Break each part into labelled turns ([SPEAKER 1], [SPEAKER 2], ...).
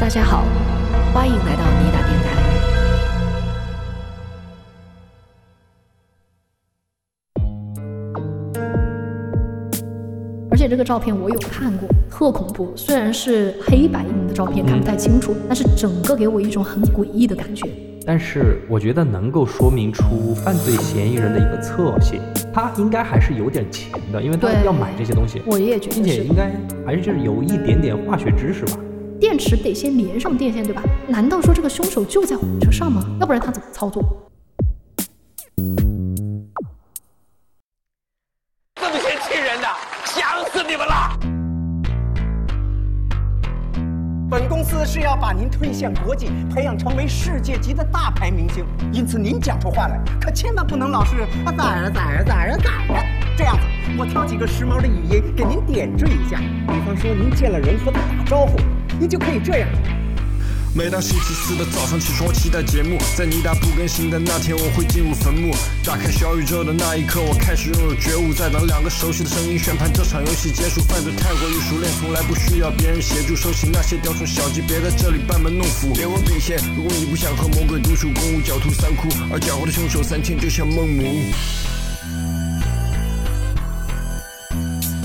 [SPEAKER 1] 大家好，欢迎来到妮达电台。而且这个照片我有看过，特恐怖。虽然是黑白印的照片，看不太清楚，但是整个给我一种很诡异的感觉。
[SPEAKER 2] 但是我觉得能够说明出犯罪嫌疑人的一个侧性，他应该还是有点钱的，因为他
[SPEAKER 1] 对
[SPEAKER 2] 要买这些东西，
[SPEAKER 1] 我也觉
[SPEAKER 2] 并
[SPEAKER 1] 得
[SPEAKER 2] 且
[SPEAKER 1] 是
[SPEAKER 2] 应该还是有一点点化学知识吧。
[SPEAKER 1] 电池得先连上电线，对吧？难道说这个凶手就在火车上吗？要不然他怎么操作？
[SPEAKER 3] 这么些气人的，想死你们了！
[SPEAKER 4] 本公司是要把您推向国际，培养成为世界级的大牌明星，因此您讲出话来可千万不能老是啊咋儿咋儿咋儿咋儿。这样子，我挑几个时髦的语音给您点缀一下，比方说您见了人和他打招呼，您就可以这样。
[SPEAKER 5] 每当星期四的早上起床，期待节目。在你打不更新的那天，我会进入坟墓。打开小宇宙的那一刻，我开始拥有觉悟。再当两个熟悉的声音宣判这场游戏结束，犯罪太过于熟练，从来不需要别人协助。收起那些雕虫小技，别在这里班门弄斧。别问笔仙，如果你不想和魔鬼独处，公务狡兔三窟，而狡猾的凶手三千就像孟母。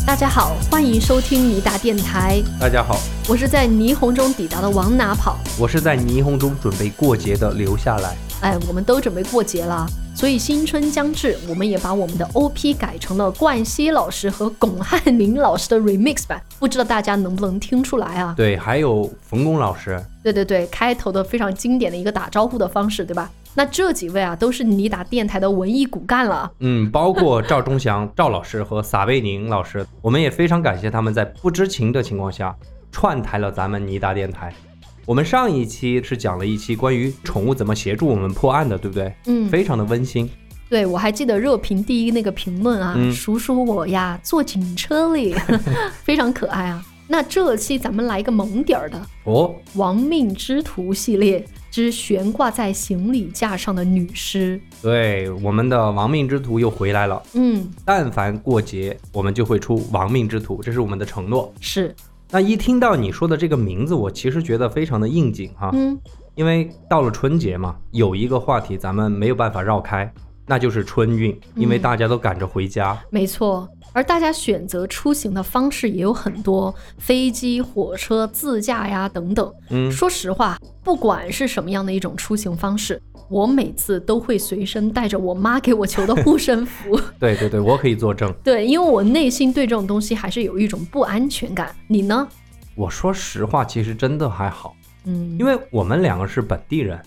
[SPEAKER 1] 大家好，欢迎收听尼达电台，
[SPEAKER 2] 大家好，
[SPEAKER 1] 我是在霓虹中抵达的往哪跑。
[SPEAKER 2] 我是在霓虹中准备过节的留下来。
[SPEAKER 1] 哎，我们都准备过节了，所以新春将至，我们也把我们的 OP 改成了冠希老师和巩汉林老师的 remix 版，不知道大家能不能听出来啊？
[SPEAKER 2] 对，还有冯巩老师，
[SPEAKER 1] 对对对，开头的非常经典的一个打招呼的方式，对吧？那这几位啊，都是尼达电台的文艺骨干了。
[SPEAKER 2] 嗯，包括赵忠祥赵老师和撒贝宁老师，我们也非常感谢他们在不知情的情况下串台了咱们尼达电台。我们上一期是讲了一期关于宠物怎么协助我们破案的，对不对？
[SPEAKER 1] 嗯
[SPEAKER 2] 非常的温馨。
[SPEAKER 1] 对，我还记得热评第一那个评论啊，
[SPEAKER 2] 嗯
[SPEAKER 1] 数数我呀，坐警车里， 非常可爱啊。那这期咱们来一个萌点儿的，
[SPEAKER 2] 哦，
[SPEAKER 1] 《亡命之徒》系列之悬挂在行李架上的女尸。
[SPEAKER 2] 对，我们的亡命之徒又回来了。
[SPEAKER 1] 嗯，
[SPEAKER 2] 但凡过节，我们就会出亡命之徒，这是我们的承诺。
[SPEAKER 1] 是，
[SPEAKER 2] 那一听到你说的这个名字，我其实觉得非常的应景哈，
[SPEAKER 1] 嗯，
[SPEAKER 2] 因为到了春节嘛，有一个话题咱们没有办法绕开，那就是春运，因为
[SPEAKER 1] 嗯
[SPEAKER 2] 大家都赶着回家。
[SPEAKER 1] 没错。而大家选择出行的方式也有很多，飞机、火车、自驾呀等等。
[SPEAKER 2] 嗯，
[SPEAKER 1] 说实话，不管是什么样的一种出行方式，我每次都会随身带着我妈给我求的护身 符。
[SPEAKER 2] 对对对，我可以作证。
[SPEAKER 1] 对，因为我内心对这种东西还是有一种不安全感。你呢？
[SPEAKER 2] 我说实话，其实真的还好，
[SPEAKER 1] 嗯
[SPEAKER 2] 因，为我们两个是本地人，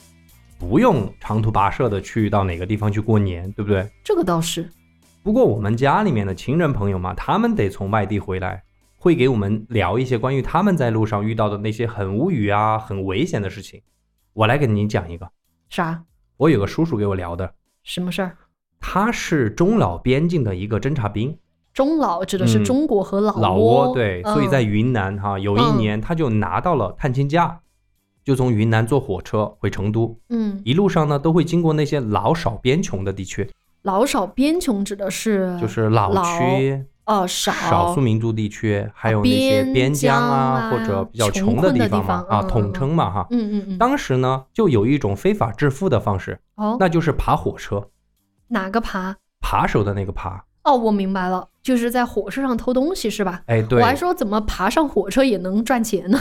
[SPEAKER 2] 不用长途跋涉的去到哪个地方去过年，对不对？
[SPEAKER 1] 这个倒是，
[SPEAKER 2] 不过我们家里面的亲人朋友嘛，他们得从外地回来，会给我们聊一些关于他们在路上遇到的那些很无语啊、很危险的事情。我来给您讲一个，
[SPEAKER 1] 啥？
[SPEAKER 2] 我有个叔叔给我聊的，
[SPEAKER 1] 什么事儿？
[SPEAKER 2] 他是中老边境的一个侦察兵，
[SPEAKER 1] 中老指的是
[SPEAKER 2] 嗯
[SPEAKER 1] 中国和老挝，
[SPEAKER 2] 老挝对，所以在
[SPEAKER 1] 哦嗯
[SPEAKER 2] 云南哈，有一
[SPEAKER 1] 嗯
[SPEAKER 2] 年他就拿到了探亲假，就从云南坐火车回成都，
[SPEAKER 1] 嗯
[SPEAKER 2] 一路上呢都会经过那些老少边穷的地区，
[SPEAKER 1] 老少边穷指的是
[SPEAKER 2] 就是老
[SPEAKER 1] 嗯老
[SPEAKER 2] 区。
[SPEAKER 1] 呃少
[SPEAKER 2] 少数民族地区，还有那些
[SPEAKER 1] 边
[SPEAKER 2] 边疆
[SPEAKER 1] 疆啊
[SPEAKER 2] 啊或者比较
[SPEAKER 1] 穷
[SPEAKER 2] 穷
[SPEAKER 1] 困的
[SPEAKER 2] 地
[SPEAKER 1] 地
[SPEAKER 2] 方嘛
[SPEAKER 1] 方嗯
[SPEAKER 2] 啊，统称嘛哈。
[SPEAKER 1] 嗯嗯嗯，
[SPEAKER 2] 当时呢，就有一种非法致富的方式，
[SPEAKER 1] 哦
[SPEAKER 2] 那就是爬火车，
[SPEAKER 1] 哪个爬？
[SPEAKER 2] 扒手的那个扒。
[SPEAKER 1] 哦，我明白了，就是在火车上偷东西是吧？
[SPEAKER 2] 哎，对
[SPEAKER 1] 我，还说怎么爬上火车也能赚钱呢？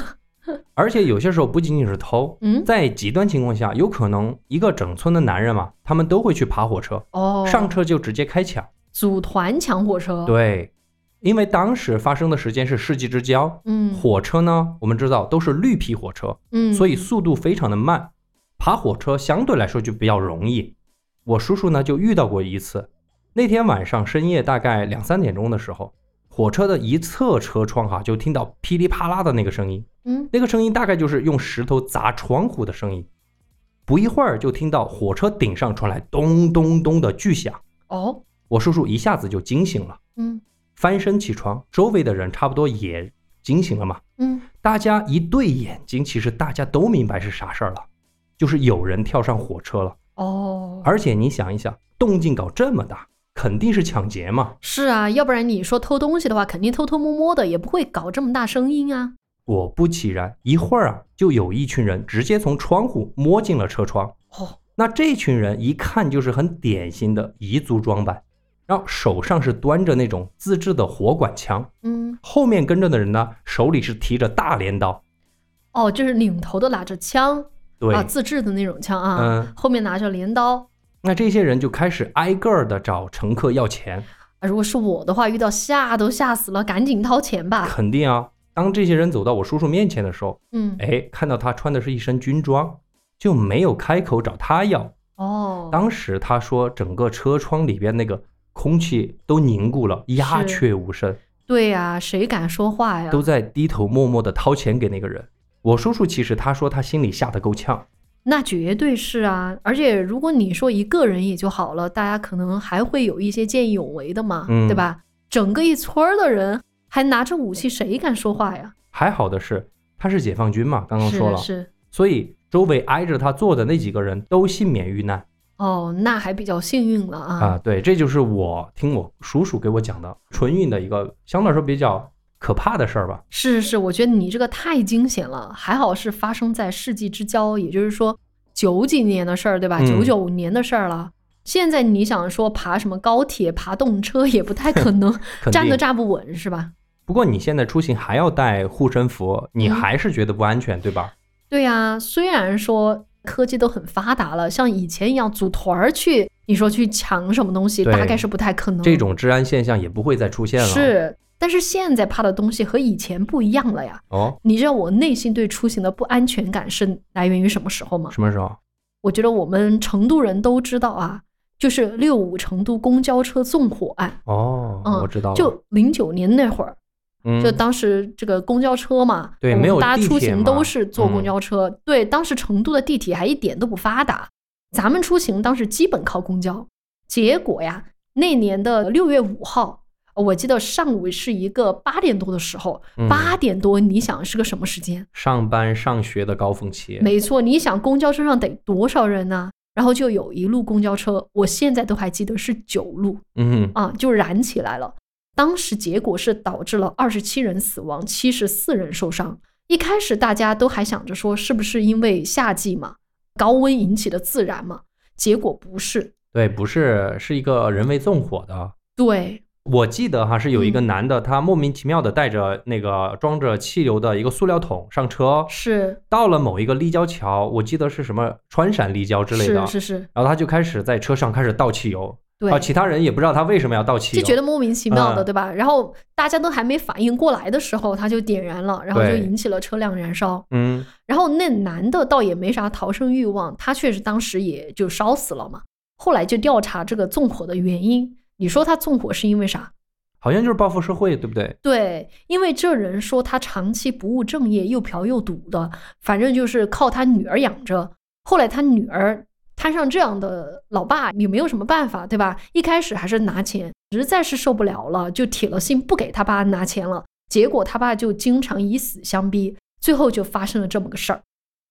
[SPEAKER 2] 而且有些时候不仅仅是偷，
[SPEAKER 1] 嗯，
[SPEAKER 2] 在极端情况下，有可能一个整村的男人嘛，他们都会去爬火车，
[SPEAKER 1] 哦，
[SPEAKER 2] 上车就直接开抢。
[SPEAKER 1] 组团抢火车，，
[SPEAKER 2] 对，因为当时发生的时间是世纪之交，
[SPEAKER 1] 嗯，
[SPEAKER 2] 火车呢，我们知道都是绿皮火车，
[SPEAKER 1] 嗯，
[SPEAKER 2] 所以速度非常的慢，爬火车相对来说就比较容易。我叔叔呢就遇到过一次，那天晚上深夜大概两三点钟的时候，火车的一侧车窗哈、就听到噼里啪啦的那个声音，
[SPEAKER 1] 嗯，
[SPEAKER 2] 那个声音大概就是用石头砸窗户的声音。不一会儿就听到火车顶上传来咚咚咚的巨响，
[SPEAKER 1] 哦，
[SPEAKER 2] 我叔叔一下子就惊醒了，
[SPEAKER 1] 嗯
[SPEAKER 2] 翻身起床，周围的人差不多也惊醒了嘛，
[SPEAKER 1] 嗯，
[SPEAKER 2] 大家一对眼睛，其实大家都明白是啥事儿了，就是有人跳上火车了。
[SPEAKER 1] 哦，
[SPEAKER 2] 而且你想一想，动静搞这么大，肯定是抢劫嘛。
[SPEAKER 1] 是啊，要不然你说偷东西的话，肯定偷偷摸摸的，也不会搞这么大声音啊。
[SPEAKER 2] 果不其然，一会儿啊，就有一群人直接从窗户摸进了车窗。
[SPEAKER 1] 哦，
[SPEAKER 2] 那这群人一看就是很典型的彝族装扮，然后手上是端着那种自制的火管枪，
[SPEAKER 1] 嗯，
[SPEAKER 2] 后面跟着的人呢，手里是提着大镰刀。
[SPEAKER 1] 哦，就是领头的拿着枪
[SPEAKER 2] 对，
[SPEAKER 1] 啊，自制的那种枪啊，
[SPEAKER 2] 嗯，
[SPEAKER 1] 后面拿着镰刀。
[SPEAKER 2] 那这些人就开始挨个儿的找乘客要钱，
[SPEAKER 1] 啊，如果是我的话，遇到吓都吓死了，赶紧掏钱吧。
[SPEAKER 2] 肯定啊。当这些人走到我叔叔面前的时候，
[SPEAKER 1] 嗯，
[SPEAKER 2] 哎，看到他穿的是一身军装，就没有开口找他要。
[SPEAKER 1] 哦，
[SPEAKER 2] 当时他说，整个车窗里边那个空气都凝固了，鸦雀无声，
[SPEAKER 1] 对呀、谁敢说话呀？
[SPEAKER 2] 都在低头默默的掏钱给那个人。我叔叔其实他说他心里吓得够呛，
[SPEAKER 1] 那绝对是啊。而且如果你说一个人也就好了，大家可能还会有一些见义勇为的嘛，
[SPEAKER 2] 嗯
[SPEAKER 1] 对吧？整个一村儿的人还拿着武器，谁敢说话呀？
[SPEAKER 2] 还好的是他是解放军嘛，刚刚说
[SPEAKER 1] 是
[SPEAKER 2] 了，
[SPEAKER 1] 是
[SPEAKER 2] 所以周围挨着他坐的那几个人都幸免遇难。
[SPEAKER 1] 哦，那还比较幸运了啊。
[SPEAKER 2] 啊，对，这就是我听我叔叔给我讲的春运的一个相对来说比较可怕的事儿吧。
[SPEAKER 1] 是是，我觉得你这个太惊险了，还好是发生在世纪之交，也就是说九几年的事儿，对吧？
[SPEAKER 2] 嗯
[SPEAKER 1] 九九、年的事儿了。现在你想说爬什么高铁、爬动车也不太可能，
[SPEAKER 2] 肯
[SPEAKER 1] 站
[SPEAKER 2] 定
[SPEAKER 1] 都。站不稳，是吧？
[SPEAKER 2] 不过你现在出行还要带护身符，你
[SPEAKER 1] 嗯
[SPEAKER 2] 还是觉得不安全，对吧？
[SPEAKER 1] 对呀、虽然说科技都很发达了，像以前一样组团儿去，你说去抢什么东西，
[SPEAKER 2] 对
[SPEAKER 1] 大概是不太可能。
[SPEAKER 2] 这种治安现象也不会再出现了。
[SPEAKER 1] 嗯是，但是现在怕的东西和以前不一样了呀。
[SPEAKER 2] 哦，
[SPEAKER 1] 你知道我内心对出行的不安全感是来源于什么时候吗？
[SPEAKER 2] 什么时候？
[SPEAKER 1] 我觉得我们成都人都知道啊，就是六五成都公交车纵火案。
[SPEAKER 2] 哦，
[SPEAKER 1] 嗯
[SPEAKER 2] 我知道了。
[SPEAKER 1] 就零九年那会儿，
[SPEAKER 2] 嗯
[SPEAKER 1] 就当时这个公交车嘛，
[SPEAKER 2] 对
[SPEAKER 1] 我们
[SPEAKER 2] 没有
[SPEAKER 1] 大家
[SPEAKER 2] 地
[SPEAKER 1] 出
[SPEAKER 2] 铁
[SPEAKER 1] 行
[SPEAKER 2] 嘛
[SPEAKER 1] 都是坐公
[SPEAKER 2] 嗯
[SPEAKER 1] 交车。对，当时成都的地铁还一点都不发达，咱们出行当时基本靠公交。结果呀，那年的六月五号，我记得上午是一个八点多的时候
[SPEAKER 2] 嗯，
[SPEAKER 1] 八点多，你想是个什么时间？
[SPEAKER 2] 上班上学的高峰期。
[SPEAKER 1] 没错，你想公交车上得多少人呢、然后就有一路公交车，我现在都还记得是九路
[SPEAKER 2] 嗯
[SPEAKER 1] 啊，就燃起来了。当时结果是导致了二十七人死亡，七十四人受伤。一开始大家都还想着说是不是因为夏季嘛，高温引起的自燃嘛，结果不是。
[SPEAKER 2] 对，不是，是一个人为纵火的。
[SPEAKER 1] 对，
[SPEAKER 2] 我记得哈是有一个
[SPEAKER 1] 嗯
[SPEAKER 2] 男的，他莫名其妙的带着那个装着汽油的一个塑料桶上车，
[SPEAKER 1] 是
[SPEAKER 2] 到了某一个立交桥，我记得是什么川陕立交之类的
[SPEAKER 1] 是，是是，
[SPEAKER 2] 然后他就开始在车上开始倒汽油，
[SPEAKER 1] 对，
[SPEAKER 2] 啊，其他人也不知道他为什么要倒汽
[SPEAKER 1] 就
[SPEAKER 2] 油，
[SPEAKER 1] 觉得莫名其妙的，
[SPEAKER 2] 嗯
[SPEAKER 1] 对吧？然后大家都还没反应过来的时候，他就点燃了，然后就
[SPEAKER 2] 对
[SPEAKER 1] 引起了车辆燃烧。
[SPEAKER 2] 嗯
[SPEAKER 1] 然后那男的倒也没啥逃生欲望，他确实当时也就烧死了嘛。后来就调查这个纵火的原因，你说他纵火是因为啥？
[SPEAKER 2] 好像就是报复社会，对不对？
[SPEAKER 1] 对，因为这人说他长期不务正业，又嫖又赌的，反正就是靠他女儿养着。后来他女儿摊上这样的老爸，也没有什么办法，对吧？一开始还是拿钱，实在是受不了了，就铁了心不给他爸拿钱了。结果他爸就经常以死相逼，最后就发生了这么个事儿。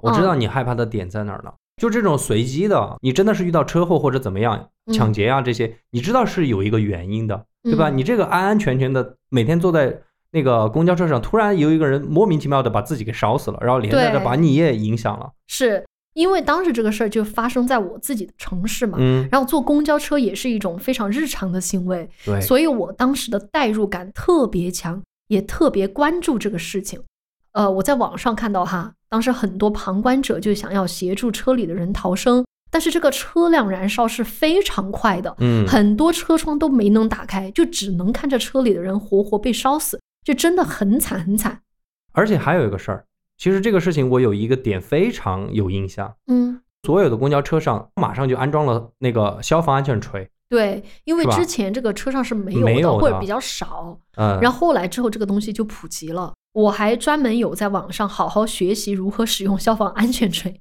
[SPEAKER 2] 我知道你害怕的点在哪儿了，
[SPEAKER 1] 嗯
[SPEAKER 2] 就这种随机的，你真的是遇到车祸或者怎么样
[SPEAKER 1] 嗯
[SPEAKER 2] 抢劫啊这些，你知道是有一个原因的，对吧？
[SPEAKER 1] 嗯
[SPEAKER 2] 你这个安安全全的每天坐在。那个公交车上，突然有一个人莫名其妙的把自己给烧死了，然后连带着
[SPEAKER 1] 对
[SPEAKER 2] 把你也影响了。
[SPEAKER 1] 是因为当时这个事儿就发生在我自己的城市嘛，
[SPEAKER 2] 嗯，
[SPEAKER 1] 然后坐公交车也是一种非常日常的行为，
[SPEAKER 2] 对，
[SPEAKER 1] 所以我当时的代入感特别强，也特别关注这个事情。呃，我在网上看到哈，当时很多旁观者就想要协助车里的人逃生，但是这个车辆燃烧是非常快的，
[SPEAKER 2] 嗯，
[SPEAKER 1] 很多车窗都没能打开，就只能看着车里的人活活被烧死，就真的很惨很惨。
[SPEAKER 2] 而且还有一个事儿，其实这个事情我有一个点非常有印象，
[SPEAKER 1] 嗯，
[SPEAKER 2] 所有的公交车上马上就安装了那个消防安全锤，
[SPEAKER 1] 对，因为
[SPEAKER 2] 是吧
[SPEAKER 1] 之前这个车上是没有的，
[SPEAKER 2] 没有
[SPEAKER 1] 或者
[SPEAKER 2] 的
[SPEAKER 1] 比较少。
[SPEAKER 2] 嗯，
[SPEAKER 1] 然后后来之后，这个东西就普及了。我还专门有在网上好好学习如何使用消防安全锤。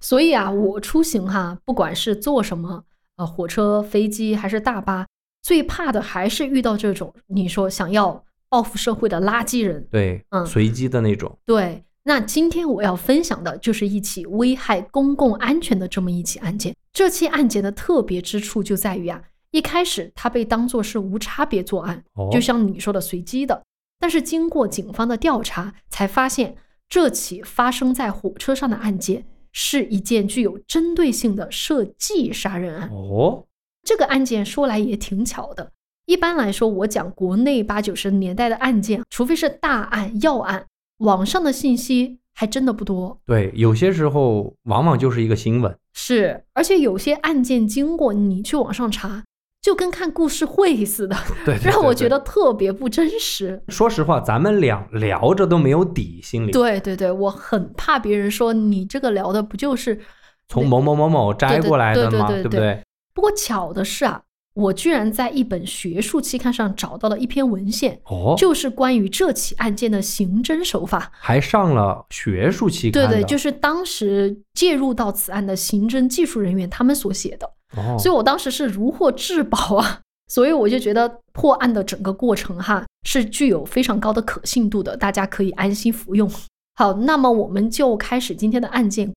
[SPEAKER 1] 所以啊，我出行哈、不管是坐什么，呃，火车、飞机还是大巴，最怕的还是遇到这种你说想要报复社会的垃圾人。
[SPEAKER 2] 对，
[SPEAKER 1] 嗯
[SPEAKER 2] 随机的那种，
[SPEAKER 1] 对，那今天我要分享的就是一起危害公共安全的这么一起案件。这起案件的特别之处就在于啊，一开始它被当作是无差别作案，
[SPEAKER 2] 哦
[SPEAKER 1] 就像你说的随机的。但是经过警方的调查，才发现这起发生在火车上的案件是一件具有针对性的设计杀人案。
[SPEAKER 2] 哦，
[SPEAKER 1] 这个案件说来也挺巧的。一般来说，我讲国内八九十年代的案件，除非是大案要案，网上的信息还真的不多。
[SPEAKER 2] 对，有些时候往往就是一个新闻。
[SPEAKER 1] 是，而且有些案件经过你去网上查，就跟看故事会似 的，
[SPEAKER 2] 对，对对
[SPEAKER 1] 让我觉
[SPEAKER 2] 对
[SPEAKER 1] 得特别不真实。
[SPEAKER 2] 说实话，咱们俩聊着都没有底，心 里
[SPEAKER 1] 对对对，我很怕别人说你这个聊的不就是
[SPEAKER 2] 从某某某某摘过来的嘛，
[SPEAKER 1] 对对对对
[SPEAKER 2] 不对？
[SPEAKER 1] 不过巧的是啊，我居然在一本学术期刊上找到了一篇文献，
[SPEAKER 2] 哦，
[SPEAKER 1] 就是关于这起案件的刑侦手法。
[SPEAKER 2] 还上了学术期刊
[SPEAKER 1] 对
[SPEAKER 2] 的，、
[SPEAKER 1] 对，就是是当时介入到此案的刑侦技术人员他们所写的，
[SPEAKER 2] 哦、
[SPEAKER 1] 所以我当时是如获至宝啊。 所以我就觉得破案的整个过程哈是具有非常高的可信度的，大家可以安心服用。好，那么我们就开始今天的案件。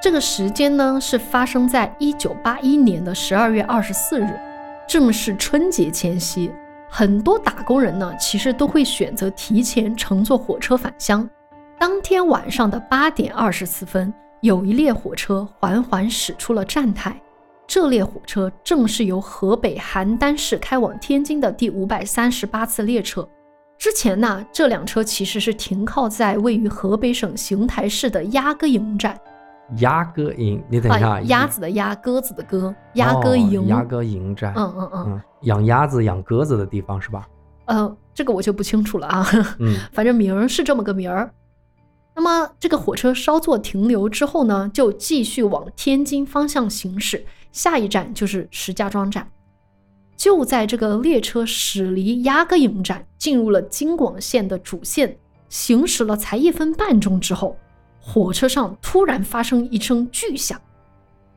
[SPEAKER 1] 这个时间呢是发生在一九八一年的十二月二十四日，正是春节前夕。很多打工人呢，其实都会选择提前乘坐火车返乡。当天晚上的八点二十四分，有一列火车缓缓驶出了站台。这列火车正是由河北邯郸市开往天津的第五百三十八次列车。之前呢，这辆车其实是停靠在位于河北省邢台市的鸭哥营站
[SPEAKER 2] 鸭哥营，你等一下，
[SPEAKER 1] 啊，鸭子的鸭，鸽子的鸽，鸭哥
[SPEAKER 2] 哦
[SPEAKER 1] 营。
[SPEAKER 2] 鸭哥营站，
[SPEAKER 1] 嗯嗯嗯，
[SPEAKER 2] 嗯，养鸭子、养鸽子的地方是吧？
[SPEAKER 1] 呃，这个我就不清楚了啊。
[SPEAKER 2] 嗯，
[SPEAKER 1] 反正名儿是这么个名儿。那么这个火车稍作停留之后呢，就继续往天津方向行驶，下一站就是石家庄站。就在这个列车驶离鸭哥营站，进入了京广线的主线，行驶了才一分半钟之后，火车上突然发生一声巨响。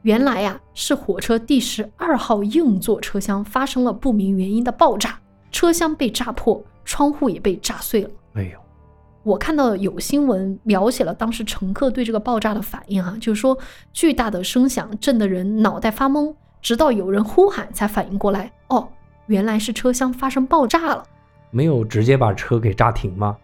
[SPEAKER 1] 原来呀、是火车第十二号硬座车厢发生了不明原因的爆炸，车厢被炸破，窗户也被炸碎了。
[SPEAKER 2] 哎呦，
[SPEAKER 1] 我看到有新闻描写了当时乘客对这个爆炸的反应啊，就是说巨大的声响震得人脑袋发懵，直到有人呼喊才反应过来，哦，原来是车厢发生爆炸了。
[SPEAKER 2] 没有直接把车给炸停吗？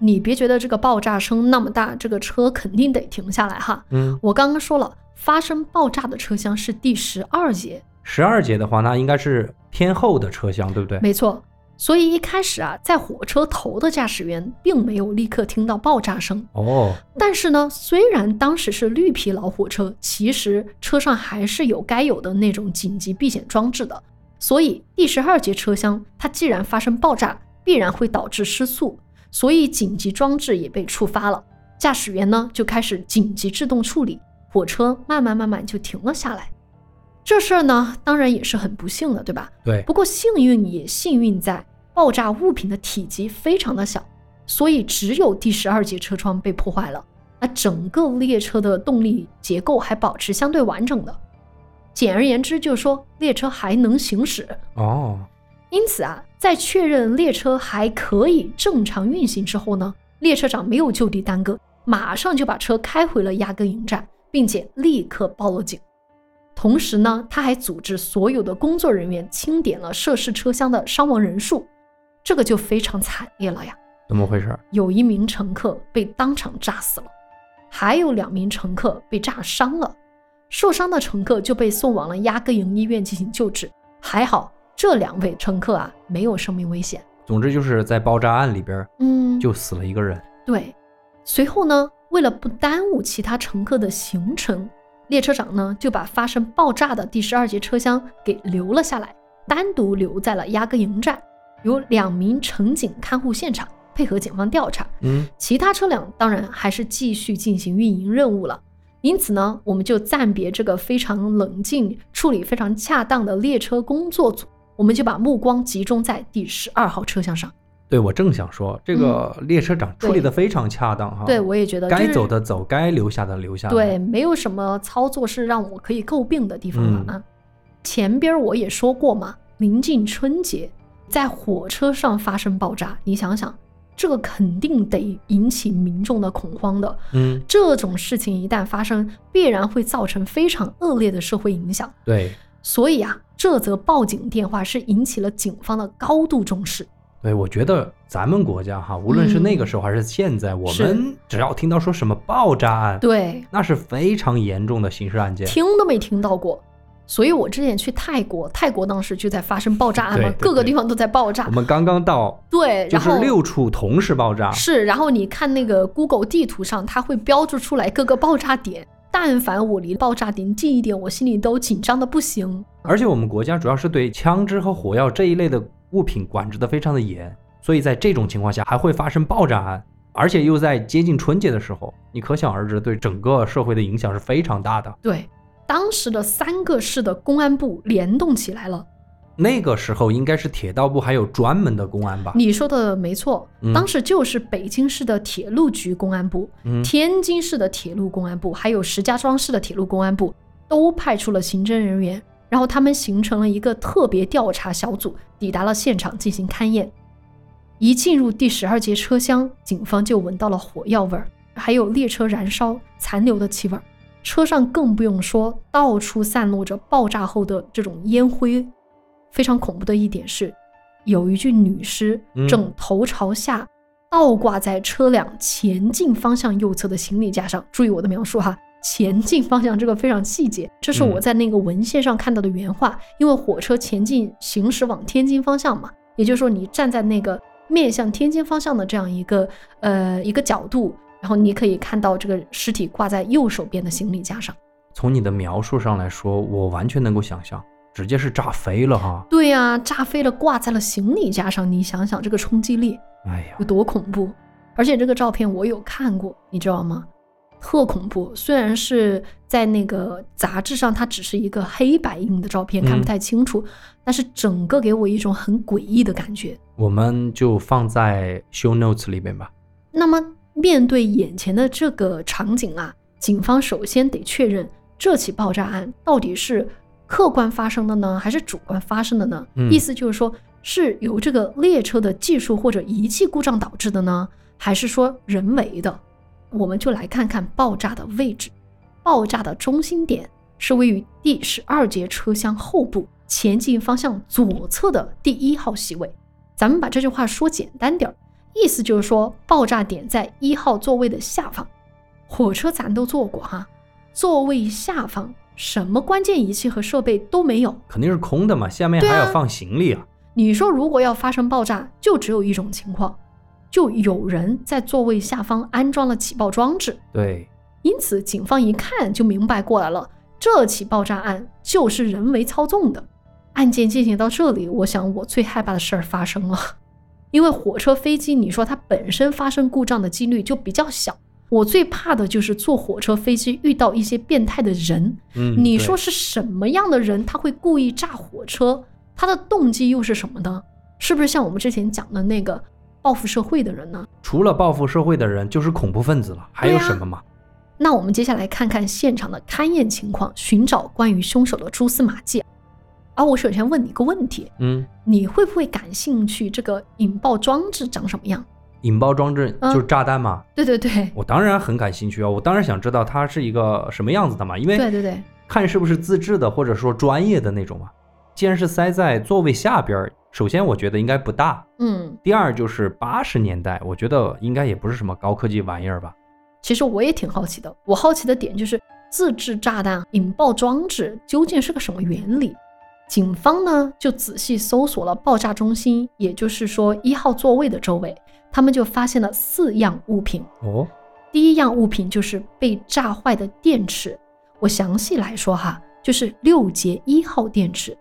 [SPEAKER 1] 你别觉得这个爆炸声那么大，这个车肯定得停下来哈。
[SPEAKER 2] 嗯，
[SPEAKER 1] 我刚刚说了，发生爆炸的车厢是第十二节，
[SPEAKER 2] 十二节的话，那应该是偏后的车厢，对不对？
[SPEAKER 1] 没错。所以一开始啊，在火车头的驾驶员并没有立刻听到爆炸声，
[SPEAKER 2] 哦，
[SPEAKER 1] 但是呢，虽然当时是绿皮老火车，其实车上还是有该有的那种紧急避险装置的。所以第十二节车厢它既然发生爆炸，必然会导致失速，所以紧急装置也被触发了。驾驶员呢就开始紧急制动处理，火车慢慢慢慢就停了下来。这事儿呢，当然也是很不幸的，对吧？
[SPEAKER 2] 对，
[SPEAKER 1] 不过幸运也幸运在爆炸物品的体积非常的小，所以只有第十二节车窗被破坏了。那整个列车的动力结构还保持相对完整的。简而言之，就是说列车还能行驶。
[SPEAKER 2] 哦，
[SPEAKER 1] 因此啊，在确认列车还可以正常运行之后呢，列车长没有就地耽搁，马上就把车开回了压根营站，并且立刻报了警。同时呢，他还组织所有的工作人员清点了涉事车厢的伤亡人数，这个就非常惨烈了呀。
[SPEAKER 2] 怎么回事？
[SPEAKER 1] 有一名乘客被当场炸死了，还有两名乘客被炸伤了。受伤的乘客就被送往了压根营医院进行救治，还好这两位乘客啊没有生命危险。
[SPEAKER 2] 总之就是在爆炸案里边儿
[SPEAKER 1] 嗯
[SPEAKER 2] 就死了一个人。
[SPEAKER 1] 对。随后呢，为了不耽误其他乘客的行程，列车长呢就把发生爆炸的第十二节车厢给留了下来，单独留在了压根营站，有两名乘警看护现场，配合警方调查。
[SPEAKER 2] 嗯，
[SPEAKER 1] 其他车辆当然还是继续进行运营任务了。因此呢，我们就暂别这个非常冷静、处理非常恰当的列车工作组，我们就把目光集中在第十二号车厢上。
[SPEAKER 2] 对，我正想说，这个列车长处理的非常恰当哈。
[SPEAKER 1] 嗯对，我也觉得、就是、
[SPEAKER 2] 该走的走，该留下的留下。
[SPEAKER 1] 对，，没有什么操作是让我可以诟病的地方了啊。
[SPEAKER 2] 嗯
[SPEAKER 1] 前边儿我也说过嘛，临近春节，在火车上发生爆炸，你想想，这个肯定得引起民众的恐慌的。
[SPEAKER 2] 嗯，
[SPEAKER 1] 这种事情一旦发生，必然会造成非常恶劣的社会影响。
[SPEAKER 2] 对，
[SPEAKER 1] 所以啊，这则报警电话是引起了警方的高度重视。
[SPEAKER 2] 对，我觉得咱们国家哈，无论
[SPEAKER 1] 嗯
[SPEAKER 2] 是那个时候还是现在，我们只要听到说什么爆炸案，
[SPEAKER 1] 对，
[SPEAKER 2] 那是非常严重的刑事案件。
[SPEAKER 1] 听都没听到过。所以我之前去泰国，泰国当时就在发生爆炸案嘛
[SPEAKER 2] 对，对
[SPEAKER 1] 各个
[SPEAKER 2] 对
[SPEAKER 1] 地方都在爆炸
[SPEAKER 2] 我。们刚刚到，
[SPEAKER 1] 对，
[SPEAKER 2] 就
[SPEAKER 1] 然
[SPEAKER 2] 是
[SPEAKER 1] 后
[SPEAKER 2] 六处同时爆炸，
[SPEAKER 1] 是，然后你看那个 Google 地图上，它会标注出来各个爆炸点。但凡我离爆炸点近一点，我心里都紧张的不行。
[SPEAKER 2] 而且我们国家主要是对枪支和火药这一类的物品管制的非常的严，所以在这种情况下还会发生爆炸案，而且又在接近春节的时候，你可想而知对整个社会的影响是非常大的。
[SPEAKER 1] 对，当时的三个市的公安部联动起来了。
[SPEAKER 2] 那个时候应该是铁道部还有专门的公安吧？
[SPEAKER 1] 你说的没错
[SPEAKER 2] 嗯，
[SPEAKER 1] 当时就是北京市的铁路局公安部、
[SPEAKER 2] 嗯
[SPEAKER 1] 天津市的铁路公安部，还有石家庄市的铁路公安部，都派出了刑侦人员，然后他们形成了一个特别调查小组，抵达了现场进行勘验。一进入第十二节车厢，警方就闻到了火药味儿，还有列车燃烧残留的气味儿。车上更不用说，到处散落着爆炸后的这种烟灰。非常恐怖的一点是，有一具女尸
[SPEAKER 2] 嗯
[SPEAKER 1] 正头朝下倒挂在车辆前进方向右侧的行李架上。注意我的描述哈，前进方向这个非常细节，这是我
[SPEAKER 2] 嗯
[SPEAKER 1] 在那个文献上看到的原话。因为火车前进行驶往天津方向嘛，也就是说你站在那个面向天津方向的这样一个呃一个角度，然后你可以看到这个尸体挂在右手边的行李架上。
[SPEAKER 2] 从你的描述上来说，我完全能够想象，直接是炸飞了哈！
[SPEAKER 1] 对呀、炸飞了，挂在了行李架上，你想想这个冲击力
[SPEAKER 2] 哎呀
[SPEAKER 1] 有，多恐怖！而且这个照片我有看过，你知道吗？特恐怖。虽然是在那个杂志上，它只是一个黑白印的照片，
[SPEAKER 2] 嗯
[SPEAKER 1] 看不太清楚，但是整个给我一种很诡异的感觉。
[SPEAKER 2] 我们就放在 show notes 里边吧。
[SPEAKER 1] 那么，面对眼前的这个场景啊，警方首先得确认这起爆炸案到底是客观发生的呢，还是主观发生的呢？
[SPEAKER 2] 嗯
[SPEAKER 1] 意思就是说，是由这个列车的技术或者仪器故障导致的呢，还是说人为的？我们就来看看爆炸的位置。爆炸的中心点是位于第十二节车厢后部前进方向左侧的第一号席位。咱们把这句话说简单点儿，意思就是说，爆炸点在一号座位的下方。火车咱都坐过哈，座位下方什么关键仪器和设备都没有。
[SPEAKER 2] 肯定是空的嘛，下面
[SPEAKER 1] 对
[SPEAKER 2] 还
[SPEAKER 1] 啊
[SPEAKER 2] 要放行李啊。
[SPEAKER 1] 你说如果要发生爆炸，就只有一种情况，就有人在座位下方安装了起爆装置。
[SPEAKER 2] 对，
[SPEAKER 1] 因此，警方一看就明白过来了，这起爆炸案就是人为操纵的。案件进行到这里，我想我最害怕的事儿发生了， 因为火车、飞机，你说它本身发生故障的几率就比较小。我最怕的就是坐火车、飞机遇到一些变态的人，
[SPEAKER 2] 嗯，
[SPEAKER 1] 你
[SPEAKER 2] 对
[SPEAKER 1] 说是什么样的人他会故意炸火车？他的动机又是什么呢？是不是像我们之前讲的那个报复社会的人呢？
[SPEAKER 2] 除了报复社会的人，就是恐怖分子了，还有
[SPEAKER 1] 对啊
[SPEAKER 2] 什么嘛？
[SPEAKER 1] 那我们接下来看看现场的勘验情况，寻找关于凶手的蛛丝马迹。啊而我首先问你一个问题：
[SPEAKER 2] 嗯，
[SPEAKER 1] 你会不会感兴趣这个引爆装置长什么样？
[SPEAKER 2] 引爆装置
[SPEAKER 1] 嗯
[SPEAKER 2] 就是炸弹嘛，
[SPEAKER 1] 对对对，
[SPEAKER 2] 我当然很感兴趣啊，我当然想知道它是一个什么样子的嘛，因
[SPEAKER 1] 对
[SPEAKER 2] 为
[SPEAKER 1] 对对，
[SPEAKER 2] 看是不是自制的或者说专业的那种嘛。既然是塞在座位下边儿，首先我觉得应该不大，
[SPEAKER 1] 嗯，
[SPEAKER 2] 第二就是八十年代，我觉得应该也不是什么高科技玩意儿吧。
[SPEAKER 1] 其实我也挺好奇的。我好奇的点就是自制炸弹引爆装置究竟是个什么原理？警方呢就仔细搜索了爆炸中心，也就是说一号座位的周围，他们就发现了四样物品。
[SPEAKER 2] 哦，
[SPEAKER 1] 第一样物品就是被炸坏的电池。我详细来说哈，就是六节一号电池。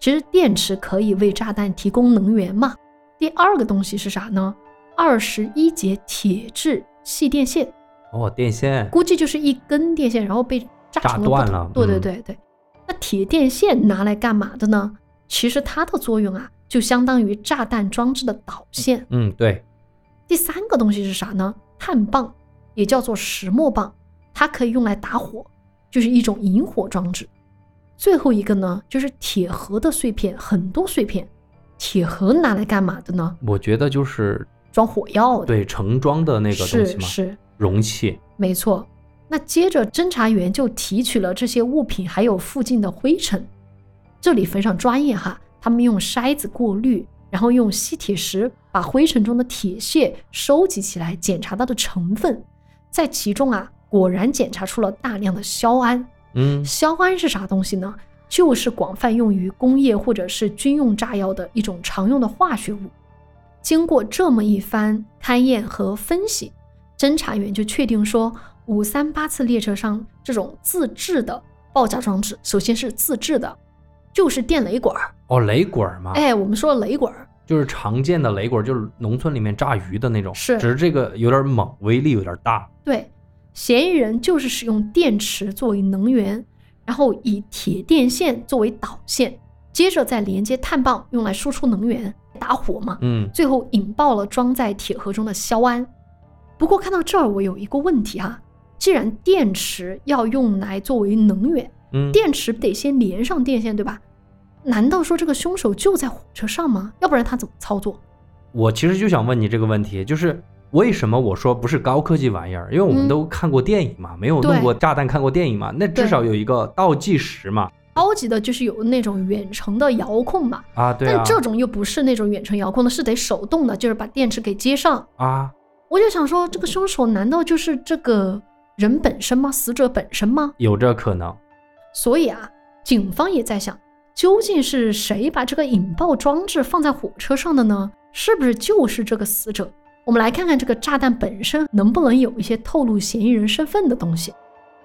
[SPEAKER 1] 其实电池可以为炸弹提供能源嘛。第二个东西是啥呢？二十一节铁质细电线，
[SPEAKER 2] 哦，电线，
[SPEAKER 1] 估计就是一根电线，然后被炸成
[SPEAKER 2] 炸断
[SPEAKER 1] 不同
[SPEAKER 2] 了
[SPEAKER 1] 对对
[SPEAKER 2] 嗯
[SPEAKER 1] 对对，那铁电线拿来干嘛的呢？其实它的作用啊，就相当于炸弹装置的导线。
[SPEAKER 2] 嗯，对，
[SPEAKER 1] 第三个东西是啥呢？碳棒，也叫做石墨棒，它可以用来打火，就是一种引火装置。最后一个呢，就是铁盒的碎片，很多碎片。铁盒拿来干嘛的呢？
[SPEAKER 2] 我觉得就是
[SPEAKER 1] 装火药的。，
[SPEAKER 2] 对盛装的那个东西
[SPEAKER 1] 是
[SPEAKER 2] 嘛，
[SPEAKER 1] 是，
[SPEAKER 2] 容器。
[SPEAKER 1] 没错。那接着，侦查员就提取了这些物品，还有附近的灰尘。这里非常专业哈，他们用筛子过滤，然后用吸铁石把灰尘中的铁屑收集起来，检查它的成分，在其中啊，果然检查出了大量的硝胺。
[SPEAKER 2] 嗯
[SPEAKER 1] 硝胺是啥东西呢？就是广泛用于工业或者是军用炸药的一种常用的化学物。经过这么一番勘验和分析，侦查员就确定说，五三八次列车上这种自制的爆炸装置，首先是自制的，就是电雷管儿。
[SPEAKER 2] 哦，雷管儿嘛，
[SPEAKER 1] 哎，我们说雷管儿，
[SPEAKER 2] 就是常见的雷管儿，就是农村里面炸鱼的那种，
[SPEAKER 1] 是
[SPEAKER 2] 只是这个有点猛，威力有点大。
[SPEAKER 1] 对，嫌疑人就是使用电池作为能源，然后以铁电线作为导线，接着再连接碳棒用来输出能源，打火嘛。
[SPEAKER 2] 嗯
[SPEAKER 1] 最后引爆了装在铁盒中的硝胺。不过看到这儿，我有一个问题哈、啊既然电池要用来作为能源，
[SPEAKER 2] 嗯，
[SPEAKER 1] 电池得先连上电线，对吧？难道说这个凶手就在火车上吗？要不然他怎么操作？
[SPEAKER 2] 我其实就想问你这个问题，就是为什么我说不是高科技玩意儿？因为我们
[SPEAKER 1] 嗯
[SPEAKER 2] 都看过电影嘛，没有弄
[SPEAKER 1] 对
[SPEAKER 2] 过炸弹，看过电影嘛，那至
[SPEAKER 1] 对
[SPEAKER 2] 少有一个倒计时嘛。
[SPEAKER 1] 高级的就是有那种远程的遥控嘛，
[SPEAKER 2] 啊，对啊
[SPEAKER 1] 但，这种又不是那种远程遥控的，是得手动的，就是把电池给接上。
[SPEAKER 2] 啊，
[SPEAKER 1] 我就想说，这个凶手难道就是这个人本身吗？死者本身吗？
[SPEAKER 2] 有这可能。
[SPEAKER 1] 所以啊，警方也在想，究竟是谁把这个引爆装置放在火车上的呢？是不是就是这个死者？我们来看看这个炸弹本身能不能有一些透露嫌疑人身份的东西。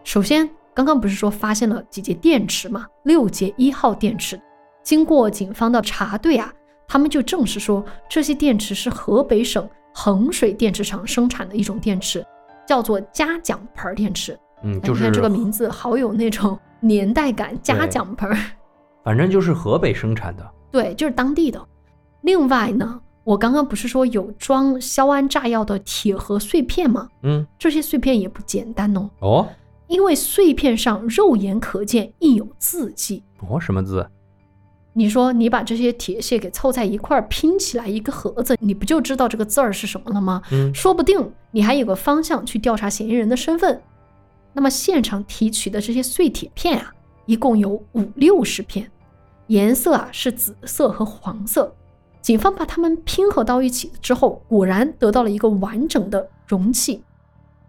[SPEAKER 1] 首先，刚刚不是说发现了几节电池吗？六节一号电池。经过警方的查对啊，他们就证实说，这些电池是河北省衡水电池厂生产的一种电池，叫做嘉奖牌儿电池。
[SPEAKER 2] 嗯，
[SPEAKER 1] 哎
[SPEAKER 2] 就
[SPEAKER 1] 你
[SPEAKER 2] 是
[SPEAKER 1] 看这个名字，好有那种 年代感，嘉奖盆儿，
[SPEAKER 2] 反正就是河北生产的。
[SPEAKER 1] 对，就是当地的。另外呢，我刚刚不是说有装硝胺炸药的铁盒碎片吗？
[SPEAKER 2] 嗯，
[SPEAKER 1] 这些碎片也不简单哦，
[SPEAKER 2] 哦，
[SPEAKER 1] 因为碎片上肉眼可见印有字迹。
[SPEAKER 2] 哦，什么字？
[SPEAKER 1] 你说你把这些铁屑给凑在一块儿拼起来一个盒子，你不就知道这个字儿是什么了吗？
[SPEAKER 2] 嗯
[SPEAKER 1] 说不定你还有个方向去调查嫌疑人的身份。那么现场提取的这些碎铁片啊，一共有五六十片，颜色啊是紫色和黄色。警方把它们拼合到一起之后，果然得到了一个完整的容器。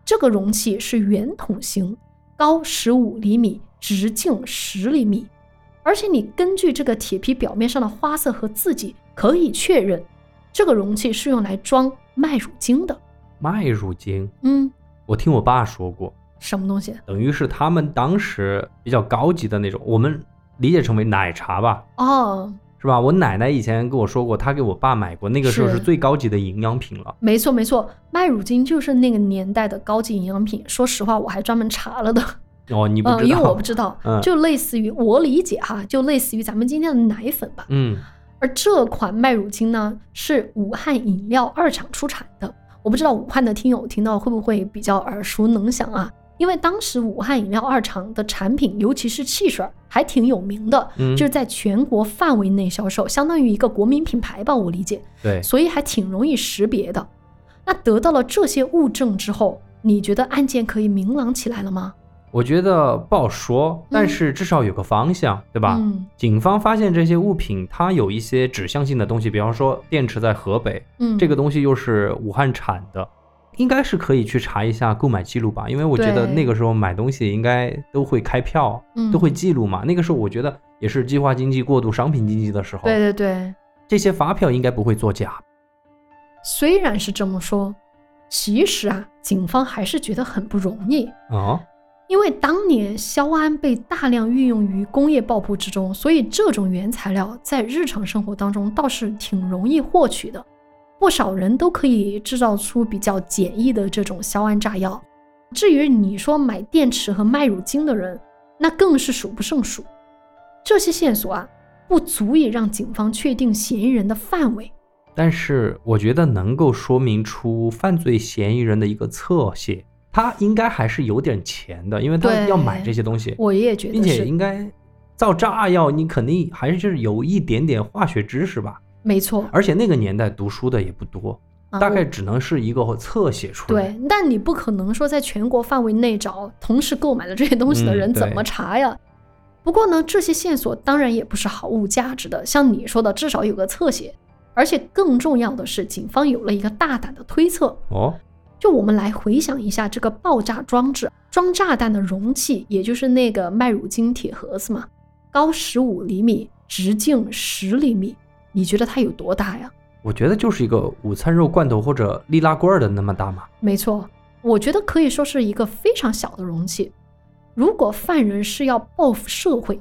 [SPEAKER 1] 这个容器是圆筒形，高十五厘米，直径十厘米。而且你根据这个铁皮表面上的花色和字迹，可以确认这个容器是用来装麦乳精的。
[SPEAKER 2] 麦乳精。
[SPEAKER 1] 嗯，
[SPEAKER 2] 我听我爸说过，
[SPEAKER 1] 什么东西？
[SPEAKER 2] 等于是他们当时比较高级的那种，我们理解成为奶茶吧，
[SPEAKER 1] 哦，
[SPEAKER 2] 是吧？我奶奶以前跟我说过，她给我爸买过，那个时候
[SPEAKER 1] 是
[SPEAKER 2] 是最高级的营养品了。
[SPEAKER 1] 没错没错，麦乳精就是那个年代的高级营养品。说实话，我还专门查了的，
[SPEAKER 2] 哦，你不知道？
[SPEAKER 1] 嗯，因为我不知道，
[SPEAKER 2] 嗯
[SPEAKER 1] 就类似于我理解哈，就类似于咱们今天的奶粉吧。
[SPEAKER 2] 嗯，
[SPEAKER 1] 而这款麦乳精呢，是武汉饮料二厂出产的。我不知道武汉的听友听到会不会比较耳熟能详啊？因为当时武汉饮料二厂的产品，尤其是汽水儿，还挺有名的，
[SPEAKER 2] 嗯
[SPEAKER 1] 就是在全国范围内销售，相当于一个国民品牌吧，我理解，
[SPEAKER 2] 对，
[SPEAKER 1] 所以还挺容易识别的。那得到了这些物证之后，你觉得案件可以明朗起来了吗？
[SPEAKER 2] 我觉得不好说，但
[SPEAKER 1] 嗯
[SPEAKER 2] 是至少有个方向，对吧？
[SPEAKER 1] 嗯
[SPEAKER 2] 警方发现这些物品，它有一些指向性的东西，比方说电池在河北，
[SPEAKER 1] 嗯，
[SPEAKER 2] 这个东西又是武汉产的，应该是可以去查一下购买记录吧，因为我觉得
[SPEAKER 1] 对
[SPEAKER 2] 那个时候买东西应该都会开票，
[SPEAKER 1] 嗯
[SPEAKER 2] 都会记录嘛。那个时候我觉得也是计划经济过渡商品经济的时候，
[SPEAKER 1] 对对对，
[SPEAKER 2] 这些发票应该不会作假。
[SPEAKER 1] 虽然是这么说，其实啊，警方还是觉得很不容易，
[SPEAKER 2] 啊，
[SPEAKER 1] 因为当年硝胺被大量运用于工业爆破之中，所以这种原材料在日常生活当中倒是挺容易获取的，不少人都可以制造出比较简易的这种硝胺炸药。至于你说买电池和麦乳精的人，那更是数不胜数。这些线索啊，不足以让警方确定嫌疑人的范围。
[SPEAKER 2] 但是我觉得能够说明出犯罪嫌疑人的一个侧写，他应该还是有点钱的，因为他
[SPEAKER 1] 对
[SPEAKER 2] 要买这些东西，
[SPEAKER 1] 我也觉得
[SPEAKER 2] 并
[SPEAKER 1] 是
[SPEAKER 2] 且应该造炸药，你肯定还是就是有一点点化学知识吧。
[SPEAKER 1] 没错，
[SPEAKER 2] 而且那个年代读书的也不多，
[SPEAKER 1] 啊
[SPEAKER 2] 大
[SPEAKER 1] 我
[SPEAKER 2] 概只能是一个侧写出来。
[SPEAKER 1] 对，但你不可能说在全国范围内找同时购买了这些东西的
[SPEAKER 2] 嗯
[SPEAKER 1] 人怎
[SPEAKER 2] 对
[SPEAKER 1] 么查呀？不过呢，这些线索当然也不是毫无价值的，像你说的，至少有个侧写。而且更重要的是，警方有了一个大胆的推测。
[SPEAKER 2] 哦，
[SPEAKER 1] 就我们来回想一下这个爆炸装置，装炸弹的容器，也就是那个麦乳精铁盒子嘛，高十五厘米，直径十厘米，你觉得它有多大呀？
[SPEAKER 2] 我觉得就是一个午餐肉罐头或者易拉罐的那么大嘛。
[SPEAKER 1] 没错，我觉得可以说是一个非常小的容器。如果犯人是要报复社会，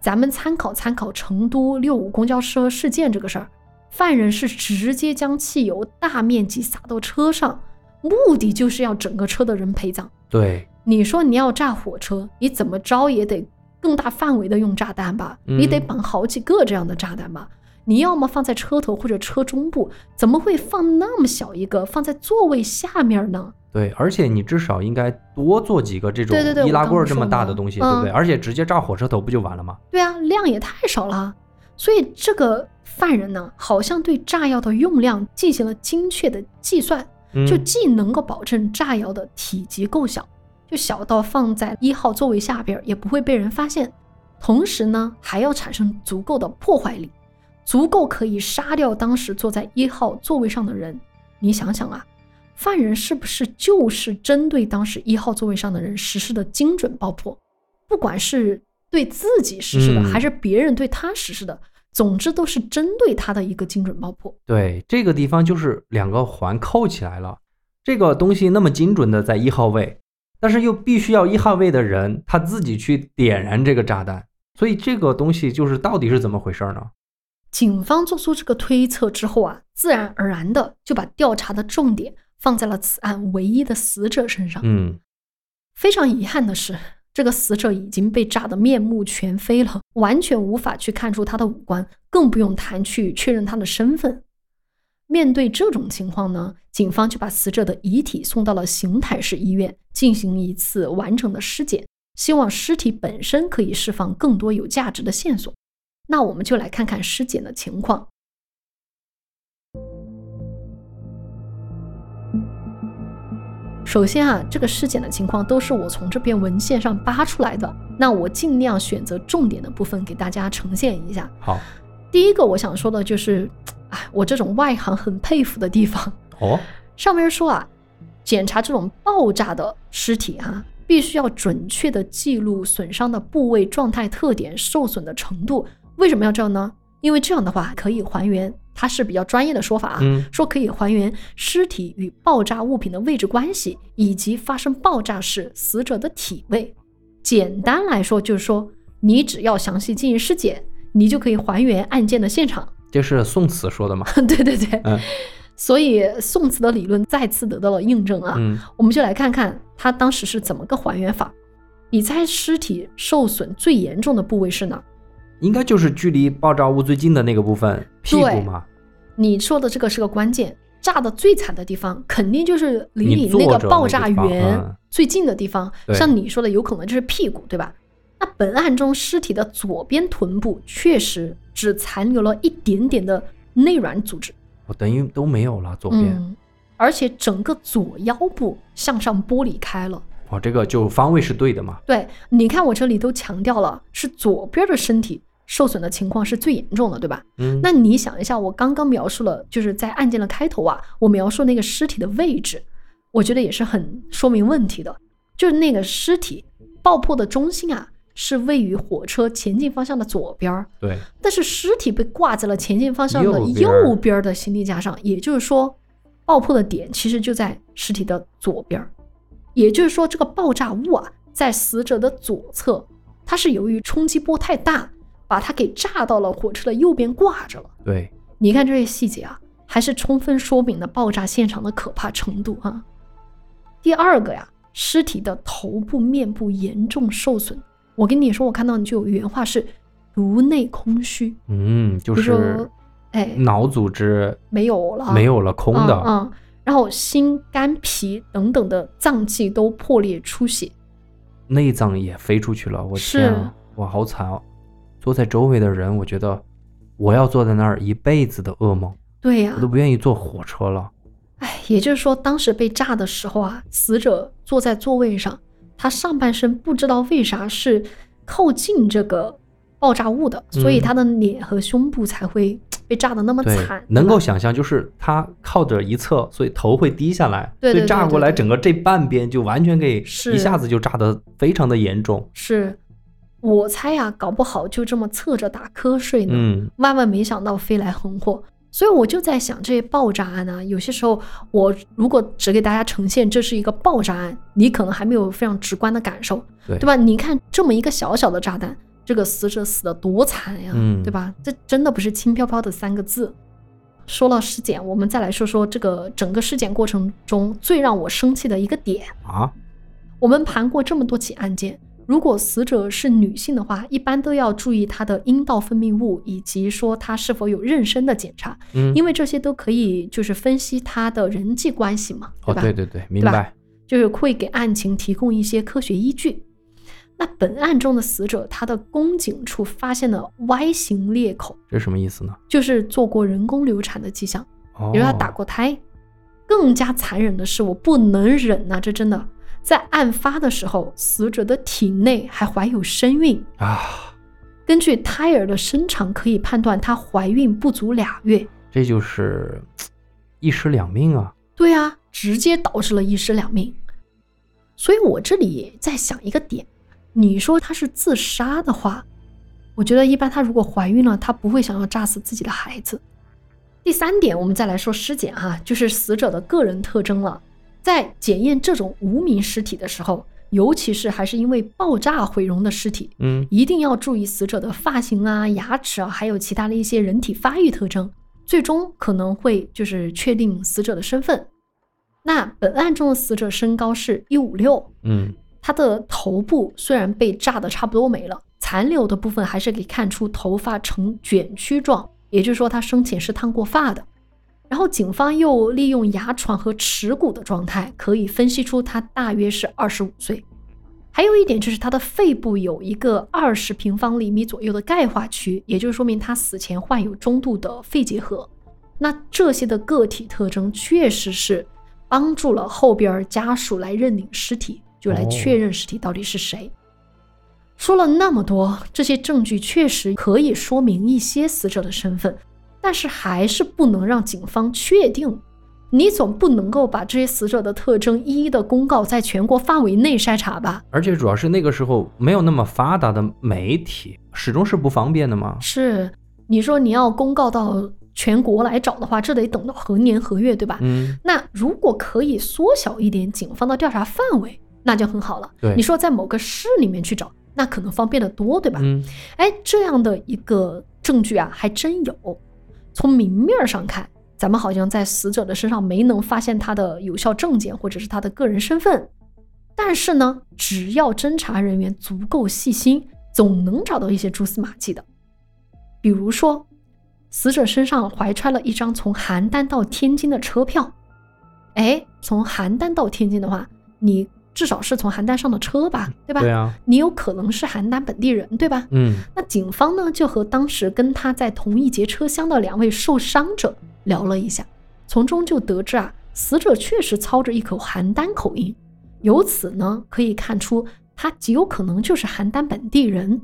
[SPEAKER 1] 咱们参考参考成都六五公交车事件这个事儿，犯人是直接将汽油大面积洒到车上，目的就是要整个车的人陪葬。
[SPEAKER 2] 对，
[SPEAKER 1] 你说你要炸火车，你怎么着也得更大范围的用炸弹吧？你得
[SPEAKER 2] 嗯
[SPEAKER 1] 绑好几个这样的炸弹吧？你要么放在车头或者车中部，怎么会放那么小一个放在座位下面呢？
[SPEAKER 2] 对，而且你至少应该多做几个这种
[SPEAKER 1] 对对对
[SPEAKER 2] 易拉
[SPEAKER 1] 我
[SPEAKER 2] 罐
[SPEAKER 1] 刚
[SPEAKER 2] 这么大的
[SPEAKER 1] 说嘛
[SPEAKER 2] 东
[SPEAKER 1] 嗯
[SPEAKER 2] 西，对不对？而且直接炸火车头不就完了吗？
[SPEAKER 1] 对啊，量也太少了。啊所以这个犯人呢，好像对炸药的用量进行了精确的计算，
[SPEAKER 2] 嗯
[SPEAKER 1] 就既能够保证炸药的体积够小，就小到放在一号座位下边儿也不会被人发现，同时呢，还要产生足够的破坏力，足够可以杀掉当时坐在一号座位上的人。你想想啊，犯人是不是就是针对当时一号座位上的人实施的精准爆破？不管是对自己实施的，
[SPEAKER 2] 嗯
[SPEAKER 1] 还是别人对他实施的，总之都是针对他的一个精准爆破。
[SPEAKER 2] 对，这个地方就是两个环扣起来了。这个东西那么精准的在一号位，但是又必须要一号位的人他自己去点燃这个炸弹，所以这个东西就是到底是怎么回事儿呢？
[SPEAKER 1] 警方做出这个推测之后啊，自然而然的就把调查的重点放在了此案唯一的死者身上。
[SPEAKER 2] 嗯，
[SPEAKER 1] 非常遗憾的是，这个死者已经被炸得面目全非了，完全无法去看出他的五官，更不用谈去确认他的身份。面对这种情况呢，警方就把死者的遗体送到了邢台市医院进行一次完整的尸检，希望尸体本身可以释放更多有价值的线索。那我们就来看看尸检的情况。首先啊，这个尸检的情况都是我从这篇文献上扒出来的，那我尽量选择重点的部分给大家呈现一下。
[SPEAKER 2] 好，
[SPEAKER 1] 第一个我想说的就是，哎，我这种外行很佩服的地方。
[SPEAKER 2] 哦，
[SPEAKER 1] 上面说啊，检查这种爆炸的尸体啊，必须要准确的记录损伤的部位、状态、特点、受损的程度。为什么要这样呢？因为这样的话可以还原，它是比较专业的说法啊，
[SPEAKER 2] 嗯
[SPEAKER 1] 说可以还原尸体与爆炸物品的位置关系，以及发生爆炸时死者的体位。简单来说，就是说你只要详细进行尸检，你就可以还原案件的现场。
[SPEAKER 2] 这是宋词说的嘛？
[SPEAKER 1] 对对对，
[SPEAKER 2] 嗯
[SPEAKER 1] 所以宋词的理论再次得到了印证啊。
[SPEAKER 2] 嗯，
[SPEAKER 1] 我们就来看看他当时是怎么个还原法。你猜尸体受损最严重的部位是哪儿？
[SPEAKER 2] 应该就是距离爆炸物最近的那个部分，屁股
[SPEAKER 1] 对
[SPEAKER 2] 嘛。
[SPEAKER 1] 你说的这个是个关键，炸的最惨的地方肯定就是离
[SPEAKER 2] 你
[SPEAKER 1] 你那
[SPEAKER 2] 坐
[SPEAKER 1] 个
[SPEAKER 2] 着
[SPEAKER 1] 爆
[SPEAKER 2] 那
[SPEAKER 1] 炸
[SPEAKER 2] 地方
[SPEAKER 1] 源
[SPEAKER 2] 嗯
[SPEAKER 1] 最近的地方，
[SPEAKER 2] 对
[SPEAKER 1] 像你说的，有可能就是屁股，对吧？那本案中尸体的左边臀部确实只残留了一点点的内软组织，
[SPEAKER 2] 我哦等于都没有了，左边，
[SPEAKER 1] 嗯，而且整个左腰部向上剥离开了。
[SPEAKER 2] 我这个就方位是对的嘛？
[SPEAKER 1] 对，你看我这里都强调了，是左边的身体受损的情况是最严重的，对吧？
[SPEAKER 2] 嗯，
[SPEAKER 1] 那你想一下，我刚刚描述了，就是在案件的开头啊，我描述那个尸体的位置，我觉得也是很说明问题的，就是那个尸体爆破的中心啊，是位于火车前进方向的左边儿，
[SPEAKER 2] 对，
[SPEAKER 1] 但是尸体被挂在了前进方向的
[SPEAKER 2] 右边儿
[SPEAKER 1] 右边儿的行李架上，也就是说，爆破的点其实就在尸体的左边儿，也就是说，这个爆炸物啊，在死者的左侧，它是由于冲击波太大，把它给炸到了火车的右边挂着了。
[SPEAKER 2] 对，
[SPEAKER 1] 你看这些细节啊，还是充分说明了爆炸现场的可怕程度啊。第二个呀，尸体的头部、面部严重受损。我跟你说，我看到你就有原话是“颅内空虚”，
[SPEAKER 2] 嗯，就
[SPEAKER 1] 比如
[SPEAKER 2] 是
[SPEAKER 1] 说，哎，
[SPEAKER 2] 脑组织
[SPEAKER 1] 没有了，
[SPEAKER 2] 没有了，空的。
[SPEAKER 1] 嗯嗯，然后心、肝、脾等等的脏器都破裂出血，
[SPEAKER 2] 内脏也飞出去了，我
[SPEAKER 1] 是
[SPEAKER 2] 天、啊，哇，好惨哦！坐在周围的人，我觉得我要坐在那儿一辈子的噩梦，
[SPEAKER 1] 对呀、
[SPEAKER 2] 我都不愿意坐火车了。
[SPEAKER 1] 哎，也就是说，当时被炸的时候啊，死者坐在座位上，他上半身不知道为啥是靠近这个爆炸物的，所以
[SPEAKER 2] 嗯
[SPEAKER 1] 他的脸和胸部才会被炸的那么
[SPEAKER 2] 对
[SPEAKER 1] 惨，，啊
[SPEAKER 2] 能
[SPEAKER 1] 对吧
[SPEAKER 2] 够想象，就是它靠着一侧，所以头会低下来，
[SPEAKER 1] 对对
[SPEAKER 2] 所以炸
[SPEAKER 1] 对
[SPEAKER 2] 过
[SPEAKER 1] 对
[SPEAKER 2] 来，
[SPEAKER 1] 对
[SPEAKER 2] 整个这半边就完全给
[SPEAKER 1] 是
[SPEAKER 2] 一下子就炸得非常的严重。
[SPEAKER 1] 是我猜呀、搞不好就这么侧着打瞌睡呢。
[SPEAKER 2] 嗯，
[SPEAKER 1] 万万没想到飞来横祸。所以我就在想，这些爆炸案啊，有些时候我如果只给大家呈现这是一个爆炸案，你可能还没有非常直观的感受，
[SPEAKER 2] 对
[SPEAKER 1] 对吧？你看这么一个小小的炸弹，这个死者死的多惨呀，
[SPEAKER 2] 嗯
[SPEAKER 1] 对吧？这真的不是轻飘飘的三个字。说了尸检，我们再来说说这个整个尸检过程中最让我生气的一个点。
[SPEAKER 2] 啊，
[SPEAKER 1] 我们盘过这么多起案件，如果死者是女性的话，一般都要注意她的阴道分泌物，以及说她是否有妊娠的检查，
[SPEAKER 2] 嗯，
[SPEAKER 1] 因为这些都可以就是分析她的人际关系嘛，对
[SPEAKER 2] 哦，
[SPEAKER 1] 吧？
[SPEAKER 2] 对对对，明
[SPEAKER 1] 吧
[SPEAKER 2] 白。
[SPEAKER 1] 就是会给案情提供一些科学依据。那本案中的死者，他的宫颈处发现了 Y 型裂口，
[SPEAKER 2] 这什么意思呢？
[SPEAKER 1] 就是做过人工流产的迹象。
[SPEAKER 2] 哦，
[SPEAKER 1] 因为他打过胎。更加残忍的是，我不能忍呐、这真的，在案发的时候，死者的体内还怀有身孕。
[SPEAKER 2] 啊，
[SPEAKER 1] 根据胎儿的身长可以判断，她怀孕不足俩月。
[SPEAKER 2] 这就是嘖一尸两命啊。
[SPEAKER 1] 对啊，直接导致了一尸两命。所以我这里在想一个点，你说她是自杀的话，我觉得一般她如果怀孕了，她不会想要炸死自己的孩子。第三点，我们再来说尸检哈、就是死者的个人特征了。在检验这种无名尸体的时候，尤其是还是因为爆炸毁容的尸体，
[SPEAKER 2] 嗯，
[SPEAKER 1] 一定要注意死者的发型啊、牙齿啊，还有其他的一些人体发育特征，最终可能会就是确定死者的身份。那本案中的死者身高是一五六，
[SPEAKER 2] 嗯，
[SPEAKER 1] 他的头部虽然被炸得差不多没了，残留的部分还是可以看出头发呈卷曲状，也就是说他生前是烫过发的。然后警方又利用牙床和耻骨的状态，可以分析出他大约是二十五岁。还有一点就是他的肺部有一个二十平方厘米左右的钙化区，也就是说明他死前患有中度的肺结核。那这些的个体特征确实是帮助了后边儿家属来认领尸体，就来
[SPEAKER 2] 哦
[SPEAKER 1] 确认尸体到底是谁。说了那么多，这些证据确实可以说明一些死者的身份，但是还是不能让警方确定。你总不能够把这些死者的特征一一的公告在全国范围内筛查吧？
[SPEAKER 2] 而且主要是那个时候没有那么发达的媒体，始终是不方便的嘛。
[SPEAKER 1] 是，你说你要公告到全国来找的话，这得等到何年何月，对吧？
[SPEAKER 2] 嗯，
[SPEAKER 1] 那如果可以缩小一点警方的调查范围，那就很好了。
[SPEAKER 2] 对
[SPEAKER 1] 你说在某个市里面去找，那可能方便得多，对吧？
[SPEAKER 2] 嗯，
[SPEAKER 1] 哎，这样的一个证据啊，还真有。从明面上看，咱们好像在死者的身上没能发现他的有效证件或者是他的个人身份，但是呢，只要侦查人员足够细心，总能找到一些蛛丝马迹的。比如说，死者身上怀揣了一张从邯郸到天津的车票。哎，从邯郸到天津的话，你至少是从邯郸上的车吧，对吧？
[SPEAKER 2] 对啊，
[SPEAKER 1] 你有可能是邯郸本地人，对吧？
[SPEAKER 2] 嗯，
[SPEAKER 1] 那警方呢，就和当时跟他在同一节车厢的两位受伤者聊了一下，从中就得知啊，死者确实操着一口邯郸口音，由此呢可以看出他极有可能就是邯郸本地人。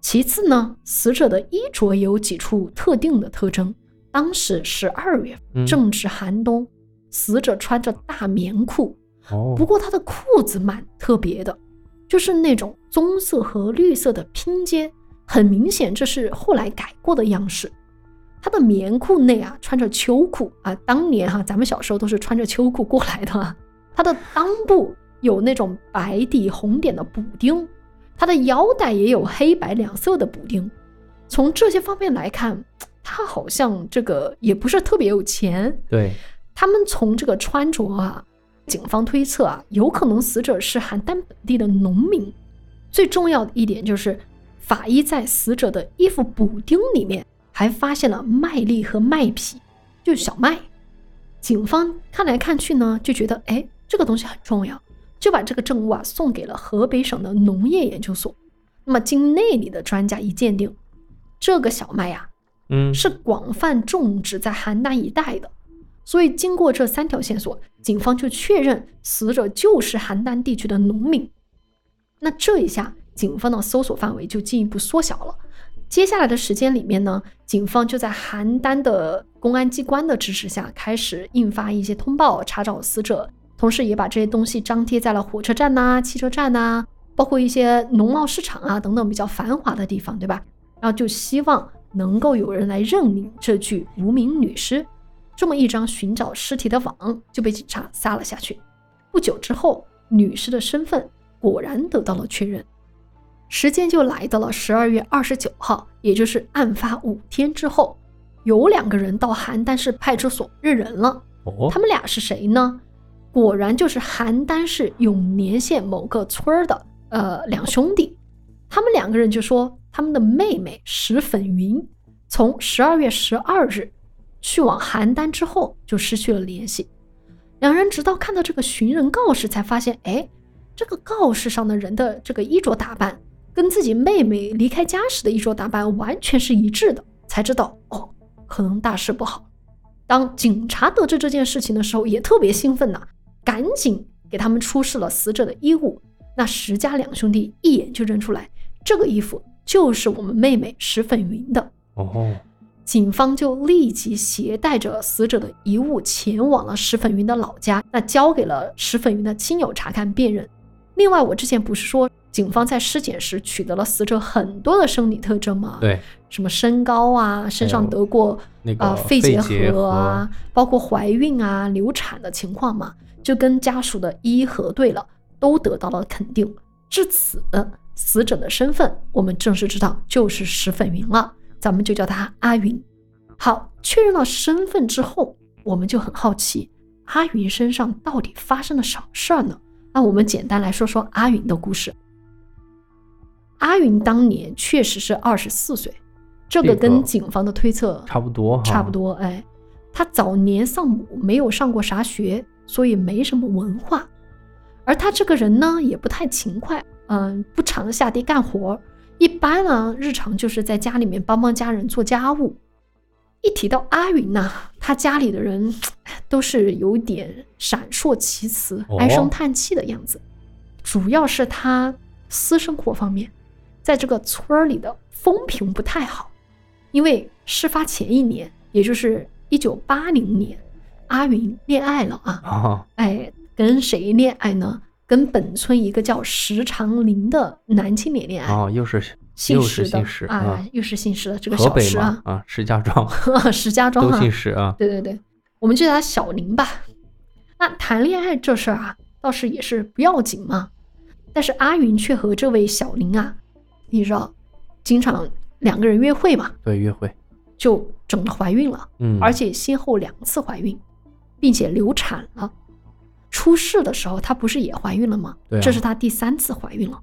[SPEAKER 1] 其次呢，死者的衣着也有几处特定的特征。当时十二月，
[SPEAKER 2] 嗯
[SPEAKER 1] 正值寒冬，死者穿着大棉裤，
[SPEAKER 2] 哦，
[SPEAKER 1] 不过他的裤子蛮特别的，就是那种棕色和绿色的拼接，很明显这是后来改过的样式。他的棉裤内啊穿着秋裤啊，当年哈、咱们小时候都是穿着秋裤过来的、啊。 他的裆部有那种白底红点的补丁，他的腰带也有黑白两色的补丁。从这些方面来看，他好像这个也不是特别有钱，
[SPEAKER 2] 对，
[SPEAKER 1] 他们从这个穿着啊，警方推测啊，有可能死者是邯郸本地的农民。最重要的一点就是，法医在死者的衣服补丁里面还发现了麦粒和麦皮，就是小麦。警方看来看去呢，就觉得哎，这个东西很重要，就把这个证物啊送给了河北省的农业研究所。那么经那里的专家一鉴定，这个小麦啊呀、
[SPEAKER 2] 嗯，
[SPEAKER 1] 是广泛种植在邯郸一带的，所以经过这三条线索，警方就确认死者就是邯郸地区的农民。那这一下，警方的搜索范围就进一步缩小了。接下来的时间里面呢，警方就在邯郸的公安机关的支持下，开始印发一些通报，查找死者，同时也把这些东西张贴在了火车站呐、汽车站呐、包括一些农贸市场啊等等比较繁华的地方，对吧？然后就希望能够有人来认领这具无名女尸。这么一张寻找尸体的网就被警察撒了下去。不久之后，女尸的身份果然得到了确认。时间就来到了十二月二十九号，也就是案发五天之后，有两个人到邯郸市派出所认人了。
[SPEAKER 2] 哦
[SPEAKER 1] 他，们俩是谁呢？果然就是邯郸市永年县某个村儿的呃两兄弟。他们两个人就说他们的妹妹石粉云从十二月十二日去往邯郸之后就失去了联系。两人直到看到这个寻人告示，才发现，哎，这个告示上的人的这个衣着打扮跟自己妹妹离开家时的衣着打扮完全是一致的，才知道哦，可能大事不好。当警察得知这件事情的时候，也特别兴奋呐、赶紧给他们出示了死者的衣物。那石家两兄弟一眼就认出来，这个衣服就是我们妹妹石粉云的。
[SPEAKER 2] 哦，
[SPEAKER 1] 警方就立即携带着死者的遗物前往了石粉云的老家，那交给了石粉云的亲友查看辨认。另外，我之前不是说警方在尸检时取得了死者很多的生理特征吗？，
[SPEAKER 2] 对，
[SPEAKER 1] 什么身高啊，身上
[SPEAKER 2] 还有
[SPEAKER 1] 得过
[SPEAKER 2] 那个
[SPEAKER 1] 啊肺
[SPEAKER 2] 结
[SPEAKER 1] 核啊，包括怀孕啊、流产的情况嘛，就跟家属的一一核对了，都得到了肯定。至此，死者的身份我们正式知道就是石粉云了，咱们就叫她阿云。好，确认了身份之后，我们就很好奇阿云身上到底发生了什么事儿呢？那我们简单来说说阿云的故事。阿云当年确实是二十四岁，这个
[SPEAKER 2] 这个
[SPEAKER 1] 跟警方的推测
[SPEAKER 2] 差不多哈，
[SPEAKER 1] 差 不多。哎，他早年丧母，没有上过啥学，所以没什么文化。而他这个人呢，也不太勤快，嗯、不常下地干活儿，一般呢，日常就是在家里面帮帮家人做家务。一提到阿云呐、他家里的人哎都是有点闪烁其词、
[SPEAKER 2] 哦
[SPEAKER 1] 唉声叹气的样子，主要是他私生活方面，在这个村儿里的风评不太好。因为事发前一年，也就是一九八零年，阿云恋爱了啊，
[SPEAKER 2] 啊，
[SPEAKER 1] 哎，跟谁恋爱呢？跟本村一个叫石长林的男青年恋爱，
[SPEAKER 2] 哦，又是
[SPEAKER 1] 姓
[SPEAKER 2] 又
[SPEAKER 1] 石
[SPEAKER 2] 是
[SPEAKER 1] 的
[SPEAKER 2] 姓石
[SPEAKER 1] 啊
[SPEAKER 2] 嗯，
[SPEAKER 1] 又是姓石的这个
[SPEAKER 2] 河
[SPEAKER 1] 小
[SPEAKER 2] 北
[SPEAKER 1] 石
[SPEAKER 2] 嘛
[SPEAKER 1] 啊，
[SPEAKER 2] 啊，石家 庄
[SPEAKER 1] 石家庄
[SPEAKER 2] 都
[SPEAKER 1] 啊，
[SPEAKER 2] 姓石啊，
[SPEAKER 1] 对对对，我们就叫他小林吧。那谈恋爱这事儿啊，倒是也是不要紧嘛。但是阿云却和这位小林啊，你知道，经常两个人约会嘛，
[SPEAKER 2] 对，约会，
[SPEAKER 1] 就整了怀孕了。
[SPEAKER 2] 嗯，
[SPEAKER 1] 而且先后两次怀孕，并且流产了。出事的时候，她不是也怀孕了吗？
[SPEAKER 2] 对啊
[SPEAKER 1] 这是她第三次怀孕了。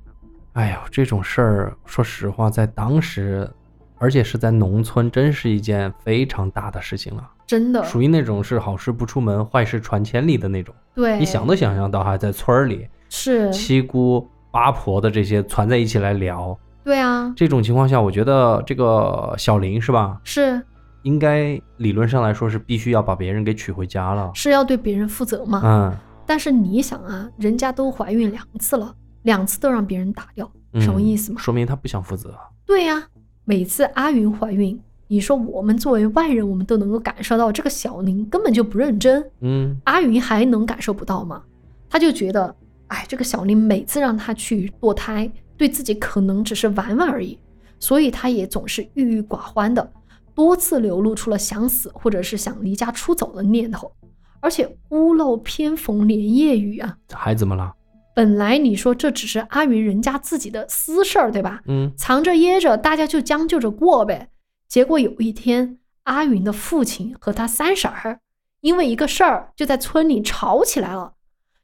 [SPEAKER 2] 哎呦，这种事儿，说实话，在当时，而且是在农村，真是一件非常大的事情了，
[SPEAKER 1] 真的，
[SPEAKER 2] 属于那种是好事不出门，坏事传千里的那种。
[SPEAKER 1] 对，
[SPEAKER 2] 你想都想象到，还在村儿里，
[SPEAKER 1] 是，
[SPEAKER 2] 七姑八婆的这些攒在一起来聊，
[SPEAKER 1] 对啊，
[SPEAKER 2] 这种情况下，我觉得这个小林是吧，
[SPEAKER 1] 是
[SPEAKER 2] 应该理论上来说是必须要把别人给娶回家了。
[SPEAKER 1] 是要对别人负责嘛。
[SPEAKER 2] 嗯，
[SPEAKER 1] 但是你想啊，人家都怀孕两次了，两次都让别人打掉，
[SPEAKER 2] 嗯
[SPEAKER 1] 什么意思嘛？
[SPEAKER 2] 说明他不想负责。
[SPEAKER 1] 对呀、每次阿云怀孕，你说我们作为外人，我们都能够感受到这个小林根本就不认真。
[SPEAKER 2] 嗯，
[SPEAKER 1] 阿云还能感受不到吗？他就觉得，哎，这个小林每次让他去堕胎，对自己可能只是玩玩而已，所以他也总是郁郁寡欢的，多次流露出了想死或者是想离家出走的念头，而且屋漏偏逢连夜雨啊。
[SPEAKER 2] 还怎么了？
[SPEAKER 1] 本来你说这只是阿云人家自己的私事儿，对吧？
[SPEAKER 2] 嗯，
[SPEAKER 1] 藏着掖着，大家就将就着过呗。结果有一天，阿云的父亲和他三婶儿因为一个事儿就在村里吵起来了。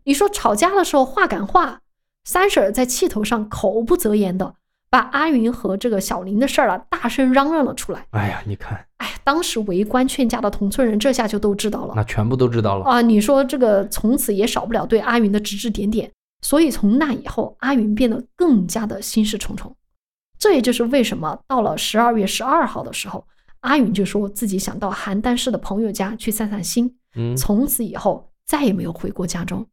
[SPEAKER 1] 你说吵架的时候话赶话，三婶儿在气头上口不择言的把阿云和这个小林的事儿啊大声嚷嚷了出来。
[SPEAKER 2] 哎呀，你看，
[SPEAKER 1] 哎呀，当时围观劝架的同村人这下就都知道了。
[SPEAKER 2] 那全部都知道了。
[SPEAKER 1] 啊，你说这个从此也少不了对阿云的指指点点，所以从那以后，阿云变得更加的心事重重。这也就是为什么到了十二月十二号的时候，阿云就说自己想到邯郸市的朋友家去散散心，
[SPEAKER 2] 嗯，
[SPEAKER 1] 从此以后再也没有回过家中。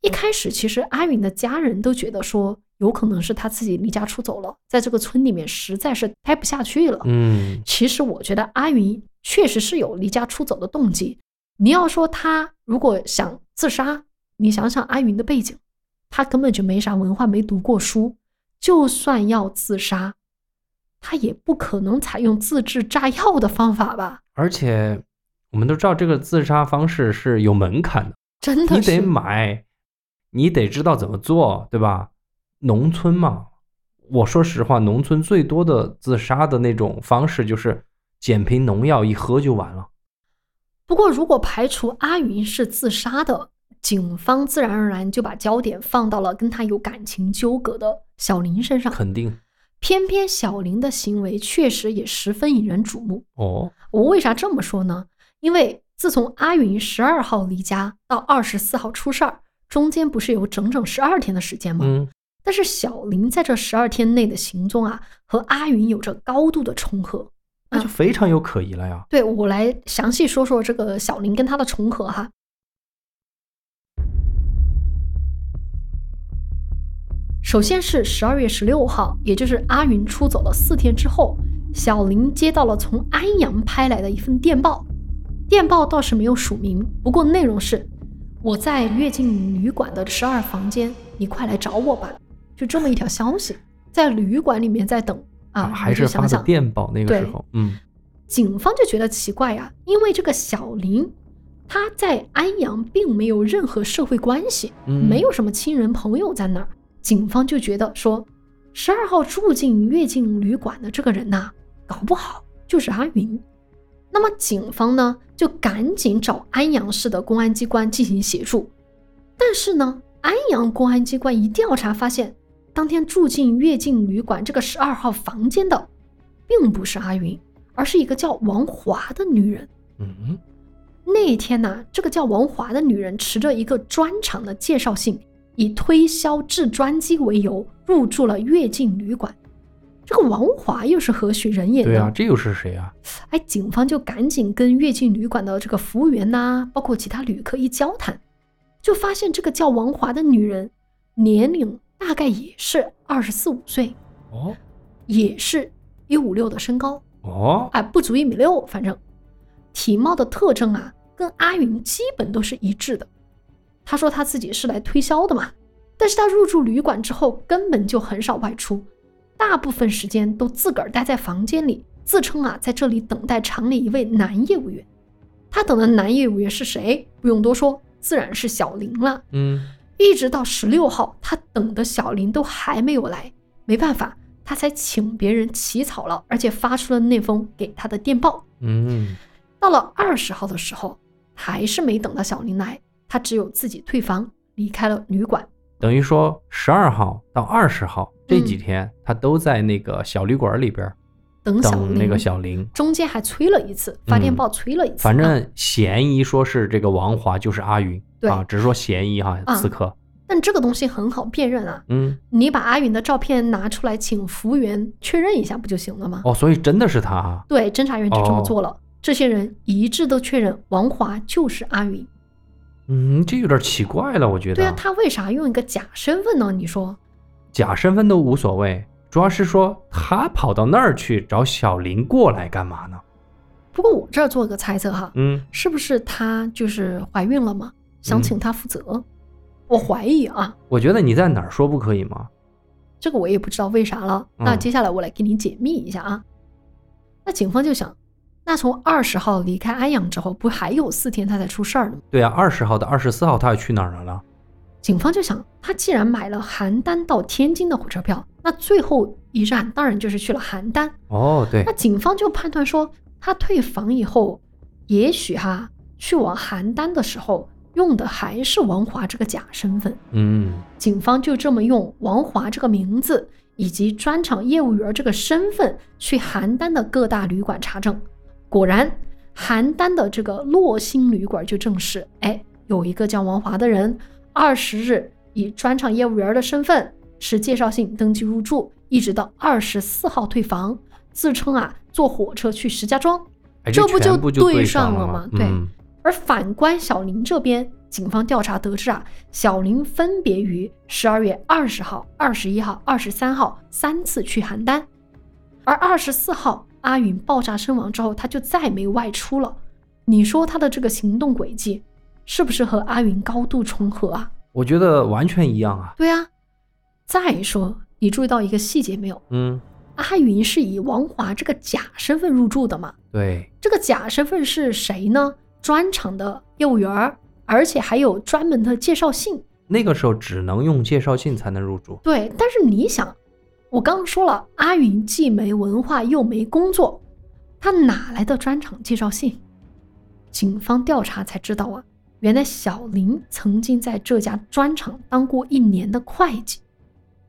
[SPEAKER 1] 一开始，其实阿云的家人都觉得说有可能是他自己离家出走了，在这个村里面实在是待不下去了。
[SPEAKER 2] 嗯
[SPEAKER 1] 其实我觉得阿云确实是有离家出走的动机。你要说他如果想自杀，你想想阿云的背景，他根本就没啥文化，没读过书，就算要自杀，他也不可能采用自制炸药的方法吧？
[SPEAKER 2] 而且我们都知道这个自杀方式是有门槛的，
[SPEAKER 1] 真
[SPEAKER 2] 你
[SPEAKER 1] 的
[SPEAKER 2] 得
[SPEAKER 1] 是，
[SPEAKER 2] 买，你得知道怎么做，对吧？农村嘛，我说实话，农村最多的自杀的那种方式就是捡瓶农药一喝就完了。
[SPEAKER 1] 不过如果排除阿云是自杀的，警方自然而然就把焦点放到了跟他有感情纠葛的小林身上。
[SPEAKER 2] 肯定
[SPEAKER 1] 偏偏小林的行为确实也十分引人瞩目。
[SPEAKER 2] 哦，
[SPEAKER 1] 我为啥这么说呢？因为自从阿云十二号离家到二十四号出事儿，中间不是有整整十二天的时间吗？
[SPEAKER 2] 嗯，
[SPEAKER 1] 但是小林在这十二天内的行踪啊，和阿云有着高度的重合。
[SPEAKER 2] 那就非常有可疑了呀。
[SPEAKER 1] 对我来详细说说这个小林跟他的重合哈。首先是十二月十六号，也就是阿云出走了四天之后，小林接到了从安阳拍来的一份电报，电报倒是没有署名，不过内容是：我在跃进旅馆的十二房间，你快来找我吧。就这么一条消息，在旅馆里面在等啊，你
[SPEAKER 2] 还
[SPEAKER 1] 就是
[SPEAKER 2] 发
[SPEAKER 1] 想
[SPEAKER 2] 的
[SPEAKER 1] 想
[SPEAKER 2] 电报那个时
[SPEAKER 1] 对
[SPEAKER 2] 候，嗯，
[SPEAKER 1] 警方就觉得奇怪呀、因为这个小林他在安阳并没有任何社会关系，
[SPEAKER 2] 嗯
[SPEAKER 1] 没有什么亲人朋友在那儿，警方就觉得说，十二号住进跃进旅馆的这个人呐、搞不好就是阿云。那么警方呢，就赶紧找安阳市的公安机关进行协助，但是呢，安阳公安机关一调查发现，当天住进跃进旅馆这个十二号房间的，并不是阿云，而是一个叫王华的女人。
[SPEAKER 2] 嗯，
[SPEAKER 1] 那一天呢、这个叫王华的女人持着一个专场的介绍信，以推销制专机为由入住了跃进旅馆。这个王华又是何许人也呢？
[SPEAKER 2] 对啊，这又是谁啊？
[SPEAKER 1] 哎，警方就赶紧跟跃进旅馆的这个服务员呐、包括其他旅客一交谈，就发现这个叫王华的女人年龄大概也是二十四五岁，
[SPEAKER 2] 哦
[SPEAKER 1] 也是一五六的身高，
[SPEAKER 2] 哦，
[SPEAKER 1] 哎，不足一米六，反正体貌的特征啊，跟阿云基本都是一致的。他说他自己是来推销的嘛，但是他入住旅馆之后根本就很少外出，大部分时间都自个儿待在房间里，自称啊在这里等待厂里一位男业务员。他等的男业务员是谁？不用多说，自然是小林了。
[SPEAKER 2] 嗯，
[SPEAKER 1] 一直到十六号，他等的小林都还没有来，没办法，他才请别人起草了，而且发出了那封给他的电报。
[SPEAKER 2] 嗯，
[SPEAKER 1] 到了二十号的时候，还是没等到小林来，他只有自己退房离开了旅馆。
[SPEAKER 2] 等于说十二号到二十号这几
[SPEAKER 1] 嗯
[SPEAKER 2] 天，他都在那个小旅馆里边儿
[SPEAKER 1] 等小
[SPEAKER 2] 等
[SPEAKER 1] 林，
[SPEAKER 2] 那个小林。
[SPEAKER 1] 中间还催了一次，发电
[SPEAKER 2] 嗯
[SPEAKER 1] 报催了一次啊、
[SPEAKER 2] 反正嫌疑说是这个王华就是阿云
[SPEAKER 1] 对
[SPEAKER 2] 啊，只是说嫌疑哈，
[SPEAKER 1] 啊
[SPEAKER 2] 此刻，
[SPEAKER 1] 但这个东西很好辨认啊，
[SPEAKER 2] 嗯，
[SPEAKER 1] 你把阿云的照片拿出来，请服务员确认一下不就行了吗？
[SPEAKER 2] 哦，所以真的是他啊，
[SPEAKER 1] 对，侦查员就这么
[SPEAKER 2] 哦
[SPEAKER 1] 做了。这些人一致都确认王华就是阿云。
[SPEAKER 2] 嗯，这有点奇怪了，我觉得。
[SPEAKER 1] 对啊，他为啥用一个假身份呢？你说，
[SPEAKER 2] 假身份都无所谓，主要是说他跑到那儿去找小林过来干嘛呢？
[SPEAKER 1] 不过我这儿做个猜测哈，
[SPEAKER 2] 嗯，
[SPEAKER 1] 是不是她就是怀孕了嘛，想
[SPEAKER 2] 嗯
[SPEAKER 1] 请她负责？我怀疑啊，
[SPEAKER 2] 我觉得你在哪儿说不可以吗？
[SPEAKER 1] 这个我也不知道为啥了。
[SPEAKER 2] 嗯
[SPEAKER 1] 那接下来我来给你解密一下啊。那警方就想，那从二十号离开安阳之后，不还有四天他才出事儿呢吗？
[SPEAKER 2] 对啊，二十号到二十四号他又去哪儿了呢？
[SPEAKER 1] 警方就想，他既然买了邯郸到天津的火车票，那最后一站当然就是去了邯郸。
[SPEAKER 2] 哦，对
[SPEAKER 1] 那，警方就判断说，他退房以后，也许哈去往邯郸的时候用的还是王华这个假身份。
[SPEAKER 2] 嗯，
[SPEAKER 1] 警方就这么用王华这个名字以及专场业务员这个身份去邯郸的各大旅馆查证，果然，邯郸的这个洛星旅馆就证实，哎，有一个叫王华的人，二十日以专场业务员的身份持介绍信登记入住，一直到二十四号退房，自称啊坐火车去石家庄，
[SPEAKER 2] 哎，
[SPEAKER 1] 这
[SPEAKER 2] 这
[SPEAKER 1] 不
[SPEAKER 2] 全
[SPEAKER 1] 就
[SPEAKER 2] 部
[SPEAKER 1] 对
[SPEAKER 2] 对
[SPEAKER 1] 上
[SPEAKER 2] 了
[SPEAKER 1] 了吗对
[SPEAKER 2] 嗯，
[SPEAKER 1] 而反观小林这边，警方调查得知啊，小林分别于十二月二十号、二十一号、二十三号三次去邯郸，而二十四号阿云爆炸身亡之后，他就再没外出了。你说他的这个行动轨迹是不是和阿云高度重合啊？
[SPEAKER 2] 我觉得完全一样啊。
[SPEAKER 1] 对啊。再说，你注意到一个细节没有？
[SPEAKER 2] 嗯，
[SPEAKER 1] 阿云是以王华这个假身份入住的嘛？
[SPEAKER 2] 对，
[SPEAKER 1] 这个假身份是谁呢？专场的业务员儿，而且还有专门的介绍信。
[SPEAKER 2] 那个时候只能用介绍信才能入住。
[SPEAKER 1] 对，但是你想，我刚刚说了，阿云既没文化又没工作，他哪来的专场介绍信？警方调查才知道啊，原来小林曾经在这家专场当过一年的会计。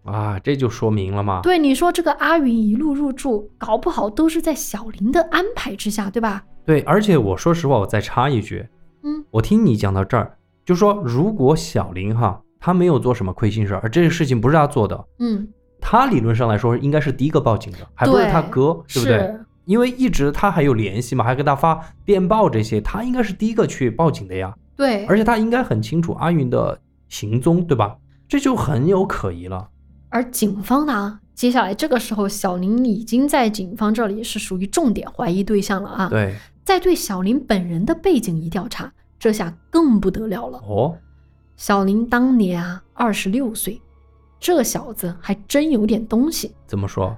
[SPEAKER 2] 啊，这就说明了嘛。
[SPEAKER 1] 对，你说这个阿云一路入住，搞不好都是在小林的安排之下，对吧？
[SPEAKER 2] 对，而且我说实话，我再插一句，
[SPEAKER 1] 嗯，
[SPEAKER 2] 我听你讲到这儿，就说如果小林哈他没有做什么亏心事儿，而这个事情不是他做的，
[SPEAKER 1] 嗯，
[SPEAKER 2] 他理论上来说应该是第一个报警的，还不是
[SPEAKER 1] 对
[SPEAKER 2] 他哥，对不对？
[SPEAKER 1] 是，
[SPEAKER 2] 因为一直他还有联系嘛，还跟他发电报这些，他应该是第一个去报警的呀。
[SPEAKER 1] 对，
[SPEAKER 2] 而且他应该很清楚阿云的行踪，对吧？这就很有可疑了。
[SPEAKER 1] 而警方呢，接下来这个时候，小林已经在警方这里是属于重点怀疑对象了啊。
[SPEAKER 2] 对，
[SPEAKER 1] 再对小林本人的背景一调查，这下更不得了了。
[SPEAKER 2] 哦，
[SPEAKER 1] 小林当年啊，二十六岁，这小子还真有点东西。
[SPEAKER 2] 怎么说？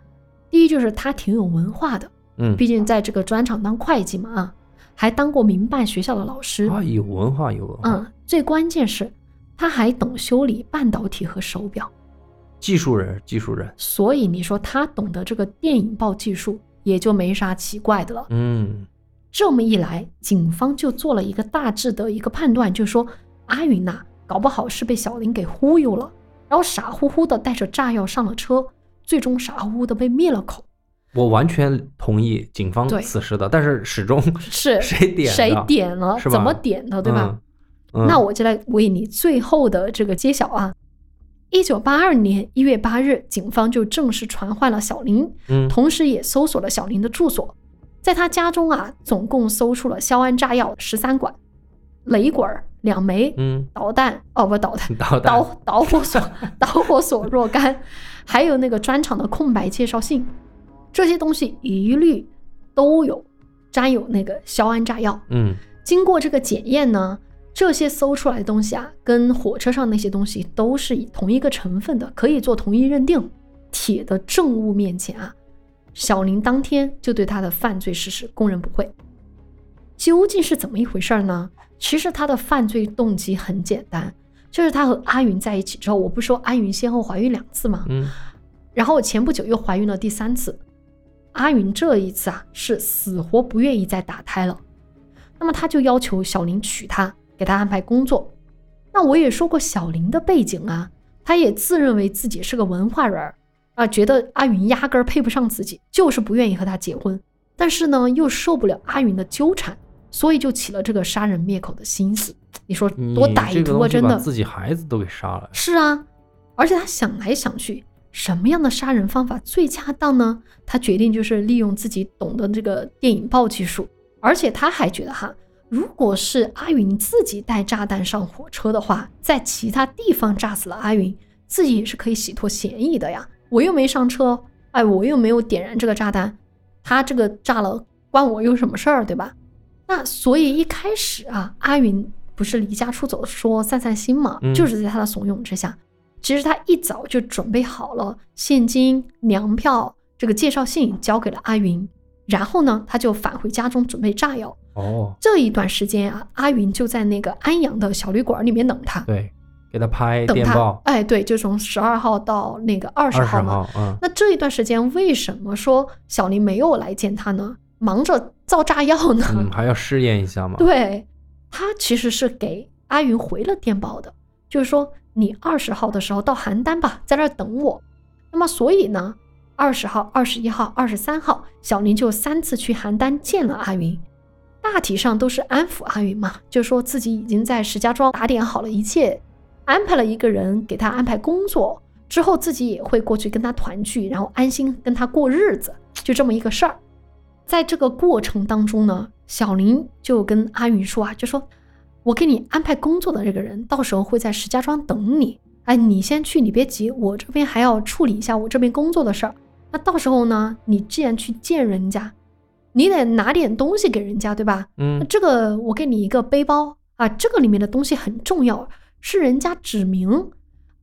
[SPEAKER 1] 第一就是他挺有文化的，
[SPEAKER 2] 嗯，
[SPEAKER 1] 毕竟在这个专场当会计嘛啊，还当过民办学校的老师。
[SPEAKER 2] 啊，有文化，有文化，
[SPEAKER 1] 嗯，最关键是他还懂修理半导体和手表。
[SPEAKER 2] 技术人，技术人。
[SPEAKER 1] 所以你说他懂得这个电影报技术，也就没啥奇怪的了。
[SPEAKER 2] 嗯，
[SPEAKER 1] 这么一来，警方就做了一个大致的一个判断，就说阿云呐、搞不好是被小林给忽悠了，然后傻乎乎的带着炸药上了车，最终傻乎乎的被灭了口。
[SPEAKER 2] 我完全同意警方
[SPEAKER 1] 对
[SPEAKER 2] 此时的，但是始终
[SPEAKER 1] 是
[SPEAKER 2] 谁点的
[SPEAKER 1] 谁点了？
[SPEAKER 2] 是吧
[SPEAKER 1] 怎么点的？对吧？？
[SPEAKER 2] 嗯嗯、
[SPEAKER 1] 那我就来为你最后的这个揭晓啊！一九八二年一月八日，警方就正式传唤了小林，
[SPEAKER 2] 嗯
[SPEAKER 1] 同时也搜索了小林的住所，在他家中啊，总共搜出了硝铵炸药十三管、雷管儿两枚、
[SPEAKER 2] 嗯，
[SPEAKER 1] 导弹哦不导弹
[SPEAKER 2] 导弹
[SPEAKER 1] 导导火索 导火索若干，还有那个专场的空白介绍信，这些东西一律都有沾有那个硝铵炸药。
[SPEAKER 2] 嗯
[SPEAKER 1] 经过这个检验呢，这些搜出来的东西啊，跟火车上那些东西都是以同一个成分的，可以做同一认定。铁的证物面前啊，小林当天就对他的犯罪事实供认不讳。究竟是怎么一回事儿呢？其实他的犯罪动机很简单，就是他和阿云在一起之后，我不是说阿云先后怀孕两次吗？
[SPEAKER 2] 嗯，
[SPEAKER 1] 然后前不久又怀孕了第三次。阿云这一次啊是死活不愿意再打胎了，那么他就要求小林娶她，给她安排工作。那我也说过小林的背景啊，他也自认为自己是个文化人儿啊，觉得阿云压根儿配不上自己，就是不愿意和他结婚。但是呢，又受不了阿云的纠缠，所以就起了这个杀人灭口的心思。你说多
[SPEAKER 2] 你
[SPEAKER 1] 歹
[SPEAKER 2] 这
[SPEAKER 1] 毒
[SPEAKER 2] 个东
[SPEAKER 1] 啊！
[SPEAKER 2] 西
[SPEAKER 1] 真
[SPEAKER 2] 把
[SPEAKER 1] 的，
[SPEAKER 2] 自己孩子都给杀了。
[SPEAKER 1] 是啊，而且他想来想去，什么样的杀人方法最恰当呢？他决定就是利用自己懂的这个电影报技术，而且他还觉得哈，如果是阿云自己带炸弹上火车的话，在其他地方炸死了阿云，自己也是可以洗脱嫌疑的呀。我又没上车，哎，我又没有点燃这个炸弹，他这个炸了关我有什么事儿，对吧？那所以一开始啊，阿云不是离家出走说散散心嘛，
[SPEAKER 2] 嗯
[SPEAKER 1] 就是在他的怂恿之下，其实他一早就准备好了现金、粮票，这个介绍信交给了阿云，然后呢，他就返回家中准备炸药。
[SPEAKER 2] 哦，
[SPEAKER 1] 这一段时间啊，阿云就在那个安阳的小旅馆里面等他，
[SPEAKER 2] 对，给他拍
[SPEAKER 1] 等
[SPEAKER 2] 电
[SPEAKER 1] 他
[SPEAKER 2] 报，，
[SPEAKER 1] 哎，对，就从十二号到那个二十
[SPEAKER 2] 二十
[SPEAKER 1] 号嘛，
[SPEAKER 2] 号，嗯，
[SPEAKER 1] 那这一段时间，为什么说小林没有来见他呢？忙着造炸药呢？
[SPEAKER 2] 嗯，还要试验一下嘛。
[SPEAKER 1] 对他其实是给阿云回了电报的，就是说你二十号的时候到邯郸吧，在那儿等我。那么所以呢，二十号、二十一号、二十三号，小林就三次去邯郸见了阿云，大体上都是安抚阿云嘛，就说自己已经在石家庄打点好了一切，安排了一个人给他安排工作，之后自己也会过去跟他团聚，然后安心跟他过日子，就这么一个事儿。在这个过程当中呢，小林就跟阿云说啊，就说我给你安排工作的这个人，到时候会在石家庄等你。哎，你先去，你别急，我这边还要处理一下我这边工作的事儿。那到时候呢，你既然去见人家，你得拿点东西给人家，对吧？那
[SPEAKER 2] 嗯
[SPEAKER 1] 这个我给你一个背包啊，这个里面的东西很重要，是人家指明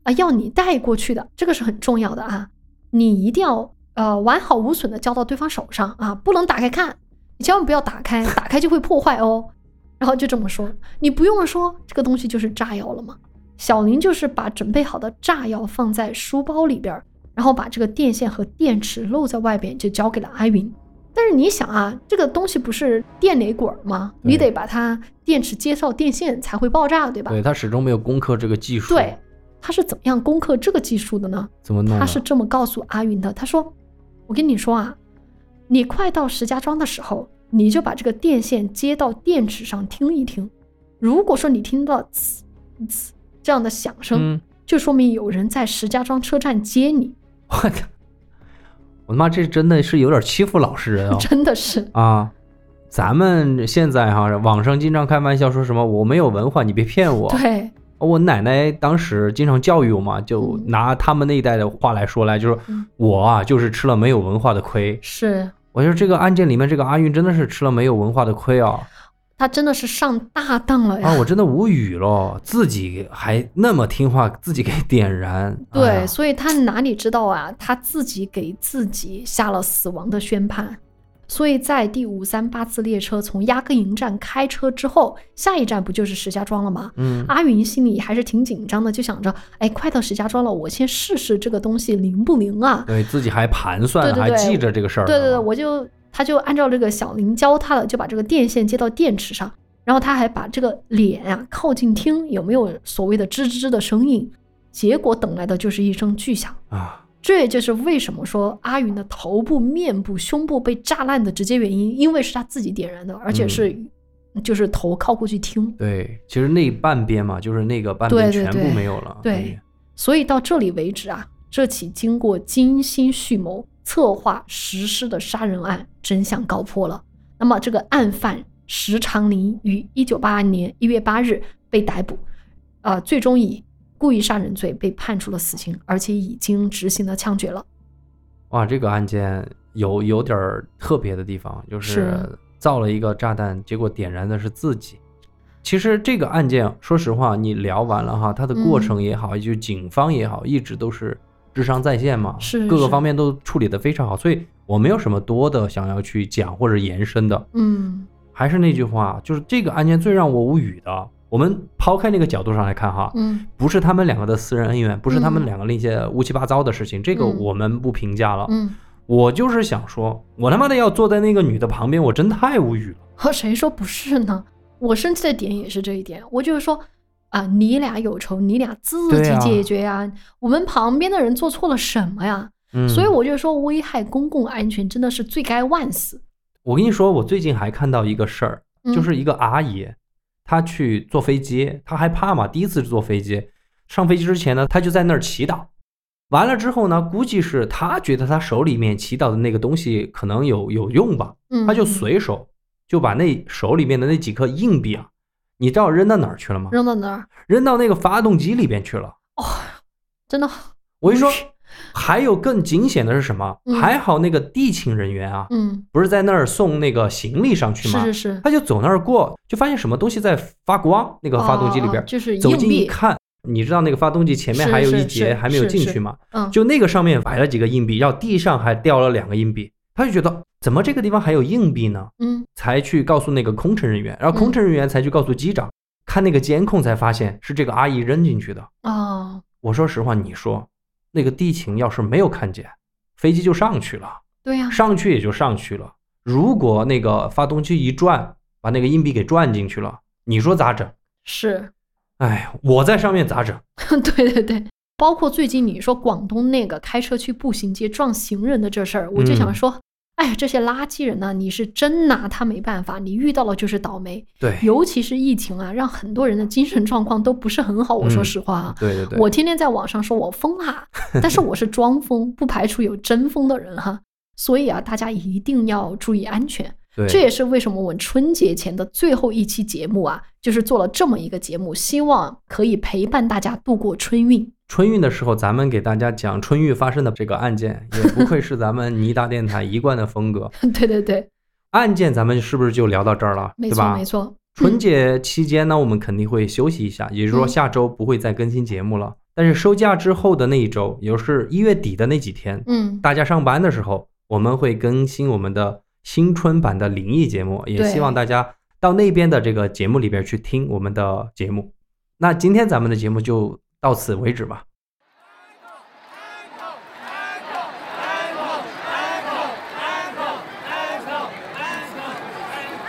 [SPEAKER 1] 啊要你带过去的，这个是很重要的啊，你一定要呃完好无损的交到对方手上啊，不能打开看，你千万不要打开，打开就会破坏哦。然后就这么说，你不用说，这个东西就是炸药了嘛。小林就是把准备好的炸药放在书包里边儿，然后把这个电线和电池露在外边，就交给了阿云。但是你想啊，这个东西不是电雷管儿吗？
[SPEAKER 2] 对
[SPEAKER 1] 你得把它电池接到电线才会爆炸，对吧？
[SPEAKER 2] 对他始终没有攻克这个技术，
[SPEAKER 1] 对，他是怎么样攻克这个技术的呢？
[SPEAKER 2] 怎么弄的？
[SPEAKER 1] 他是这么告诉阿云的，他说：“我跟你说啊，你快到石家庄的时候，你就把这个电线接到电池上听一听。如果说你听到呲呲这样的响声，
[SPEAKER 2] 嗯，
[SPEAKER 1] 就说明有人在石家庄车站接你，
[SPEAKER 2] 我操，我他妈这真的是有点欺负老实 人哦
[SPEAKER 1] 真的是
[SPEAKER 2] 啊！咱们现在哈、网上经常开玩笑说什么我没有文化，你别骗我。
[SPEAKER 1] 对，
[SPEAKER 2] 我奶奶当时经常教育我嘛，就
[SPEAKER 1] 嗯
[SPEAKER 2] 拿他们那一代的话来说来，就说
[SPEAKER 1] 嗯
[SPEAKER 2] 我啊就是吃了没有文化的亏。
[SPEAKER 1] 是
[SPEAKER 2] 我觉得这个案件里面这个阿运真的是吃了没有文化的亏啊！
[SPEAKER 1] 他真的是上大当哎了呀。
[SPEAKER 2] 啊，我真的无语了，自己还那么听话，自己给 点燃。哎呀
[SPEAKER 1] 对，所以他哪里知道啊？他自己给自己下了死亡的宣判。所以在第五三八次列车从压根营站开车之后，下一站不就是石家庄了吗？
[SPEAKER 2] 嗯，
[SPEAKER 1] 阿云心里还是挺紧张的，就想着，哎，快到石家庄了，我先试试这个东西灵不灵啊？
[SPEAKER 2] 对自己还盘算，
[SPEAKER 1] 对对对
[SPEAKER 2] 还记着这个事儿呢。啊
[SPEAKER 1] 对对对，我就他就按照这个小林教他的，就把这个电线接到电池上，然后他还把这个脸啊靠近听有没有所谓的吱吱吱的声音，结果等来的就是一声巨响。
[SPEAKER 2] 啊，
[SPEAKER 1] 这也就是为什么说阿云的头部、面部、胸部被炸烂的直接原因，因为是他自己点燃的，而且是嗯就是头靠过去听。
[SPEAKER 2] 对，其实那半边嘛，就是那个半边
[SPEAKER 1] 对
[SPEAKER 2] 全
[SPEAKER 1] 对
[SPEAKER 2] 部
[SPEAKER 1] 对
[SPEAKER 2] 没有了。
[SPEAKER 1] 啊对
[SPEAKER 2] 哎
[SPEAKER 1] 所以到这里为止啊，这起经过精心蓄谋、策划实施的杀人案真相告破了。那么这个案犯石长林于一九八二年一月八日被逮捕，呃，最终以故意杀人罪被判处了死刑，而且已经执行了枪决了。
[SPEAKER 2] 哇，这个案件有有点儿特别的地方，就是
[SPEAKER 1] 是
[SPEAKER 2] 造了一个炸弹，结果点燃的是自己。其实这个案件，说实话，你聊完了哈，它的过
[SPEAKER 1] 嗯
[SPEAKER 2] 程也好，就警方也好，一直都是智商在线嘛，
[SPEAKER 1] 是
[SPEAKER 2] 各个
[SPEAKER 1] 是
[SPEAKER 2] 方面都处理得非常好，所以我没有什么多的想要去讲或者延伸的。
[SPEAKER 1] 嗯
[SPEAKER 2] 还是那句话，就是这个案件最让我无语的。我们抛开那个角度上来看哈，
[SPEAKER 1] 嗯，
[SPEAKER 2] 不是他们两个的私人恩怨，不是他
[SPEAKER 1] 嗯
[SPEAKER 2] 们两个那些乌七八糟的事情，这个
[SPEAKER 1] 嗯
[SPEAKER 2] 我们不评价了。
[SPEAKER 1] 嗯，
[SPEAKER 2] 我就是想说，我他妈的要坐在那个女的旁边，我真太无语了。
[SPEAKER 1] 和谁说不是呢？我生气的点也是这一点，我就是说啊，你俩有仇，你俩自
[SPEAKER 2] 对
[SPEAKER 1] 己
[SPEAKER 2] 啊
[SPEAKER 1] 解决呀、我们旁边的人做错了什么呀？
[SPEAKER 2] 嗯，
[SPEAKER 1] 所以我就说，危害公共安全真的是罪该万死。
[SPEAKER 2] 我跟你说，我最近还看到一个事儿，
[SPEAKER 1] 嗯、
[SPEAKER 2] 就是一个阿姨，她去坐飞机，她害怕嘛，第一次坐飞机，上飞机之前呢，她就在那儿祈祷。完了之后呢，估计是她觉得她手里面祈祷的那个东西可能有有用吧，
[SPEAKER 1] 嗯，
[SPEAKER 2] 她就随手就把那手里面的那几颗硬币啊，你知道扔到哪儿去了吗？
[SPEAKER 1] 扔到那儿，
[SPEAKER 2] 扔到那个发动机里边去了。
[SPEAKER 1] 真的，
[SPEAKER 2] 我跟你说，还有更惊险的是什么？
[SPEAKER 1] 嗯
[SPEAKER 2] 还好那个地勤人员啊，
[SPEAKER 1] 嗯，
[SPEAKER 2] 不是在那儿送那个行李上去
[SPEAKER 1] 是
[SPEAKER 2] 吗？
[SPEAKER 1] 是是，
[SPEAKER 2] 他就走那儿过，就发现什么东西在发光，那个发动机里边，
[SPEAKER 1] 哦就是
[SPEAKER 2] 走
[SPEAKER 1] 硬
[SPEAKER 2] 近一
[SPEAKER 1] 币，
[SPEAKER 2] 看，你知道那个发动机前面
[SPEAKER 1] 是
[SPEAKER 2] 还有
[SPEAKER 1] 是
[SPEAKER 2] 一
[SPEAKER 1] 是
[SPEAKER 2] 节还没有
[SPEAKER 1] 是
[SPEAKER 2] 进
[SPEAKER 1] 是
[SPEAKER 2] 去吗？
[SPEAKER 1] 嗯，
[SPEAKER 2] 就那个上面摆了几个硬币，然后地上还掉了两个硬币，他就觉得怎么这个地方还有硬币呢？
[SPEAKER 1] 嗯
[SPEAKER 2] 才去告诉那个空乘人员，然后空
[SPEAKER 1] 嗯
[SPEAKER 2] 乘人员才去告诉机长，看那个监控才发现是这个阿姨扔进去的。
[SPEAKER 1] 哦，
[SPEAKER 2] 我说实话，你说那个地勤要是没有看见，飞机就上去了，
[SPEAKER 1] 对呀、
[SPEAKER 2] 上去也就上去了。如果那个发动机一转，把那个硬币给转进去了，你说咋整？
[SPEAKER 1] 是，
[SPEAKER 2] 哎，我在上面咋整？
[SPEAKER 1] 对对对。包括最近你说广东那个开车去步行街撞行人的这事儿，我就想
[SPEAKER 2] 嗯
[SPEAKER 1] 说，哎，这些垃圾人呢、你是真拿他没办法，你遇到了就是倒霉。
[SPEAKER 2] 对，
[SPEAKER 1] 尤其是疫情啊，让很多人的精神状况都不是很好。我说
[SPEAKER 2] 嗯
[SPEAKER 1] 实话啊，
[SPEAKER 2] 对对对，
[SPEAKER 1] 我天天在网上说我疯 啦，但是我是装疯，不排除有真疯的人哈。所以啊，大家一定要注意安全。
[SPEAKER 2] 对，
[SPEAKER 1] 这也是为什么我们春节前的最后一期节目啊，就是做了这么一个节目，希望可以陪伴大家度过春运。
[SPEAKER 2] 春运的时候，咱们给大家讲春运发生的这个案件，也不愧是咱们尼达电台一贯的风格。
[SPEAKER 1] 对对对，
[SPEAKER 2] 案件咱们是不是就聊到这儿了？
[SPEAKER 1] 没
[SPEAKER 2] 对
[SPEAKER 1] 错
[SPEAKER 2] 吧
[SPEAKER 1] 没？错。
[SPEAKER 2] 春节期间呢，我们肯定会休息一下，也就是说
[SPEAKER 1] 嗯
[SPEAKER 2] 下周不会再更新节目了。但是收假之后的那一周，也就是一月底的那几天，
[SPEAKER 1] 嗯，嗯
[SPEAKER 2] 大家上班的时候，我们会更新我们的新春版的灵异节目，也
[SPEAKER 1] 对
[SPEAKER 2] 希望大家到那边的这个节目里边去听我们的节目。那今天咱们的节目就到此为止 吧。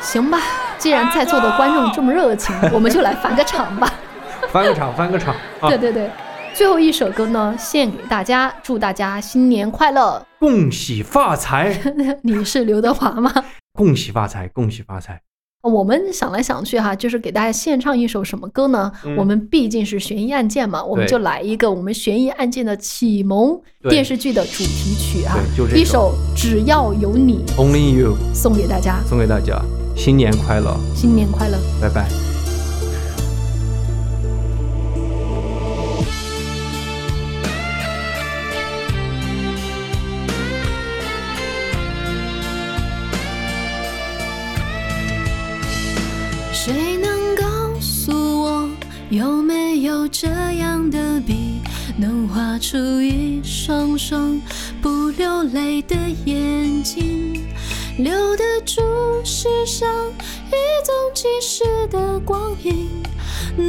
[SPEAKER 1] 行吧，既然在座的观众这么热 情，我们就来返个场吧。
[SPEAKER 2] 翻个场，翻个场啊
[SPEAKER 1] 对！对对，最后一首歌呢，献给大家，祝大家新年快乐。
[SPEAKER 2] 恭喜发财，
[SPEAKER 1] 你是刘德华吗？
[SPEAKER 2] 恭喜发财，恭喜发财！
[SPEAKER 1] 我们想来想去哈，就是给大家献唱一首什么歌呢？
[SPEAKER 2] 嗯
[SPEAKER 1] 我们毕竟是悬疑案件嘛，我们
[SPEAKER 2] 对
[SPEAKER 1] 就来一个我们悬疑案件的启蒙
[SPEAKER 2] 对
[SPEAKER 1] 电视剧的主题曲哈，
[SPEAKER 2] 对就这
[SPEAKER 1] 一
[SPEAKER 2] 首
[SPEAKER 1] 首《只要有你
[SPEAKER 2] Only you，》
[SPEAKER 1] 送给大家，
[SPEAKER 2] 送给大家，新年快乐，
[SPEAKER 1] 新年快乐。
[SPEAKER 2] 拜拜。
[SPEAKER 6] 谁能告诉我，有没有这样的笔，能画出一双双不流泪的眼睛，留得住世上一纵即逝的光阴，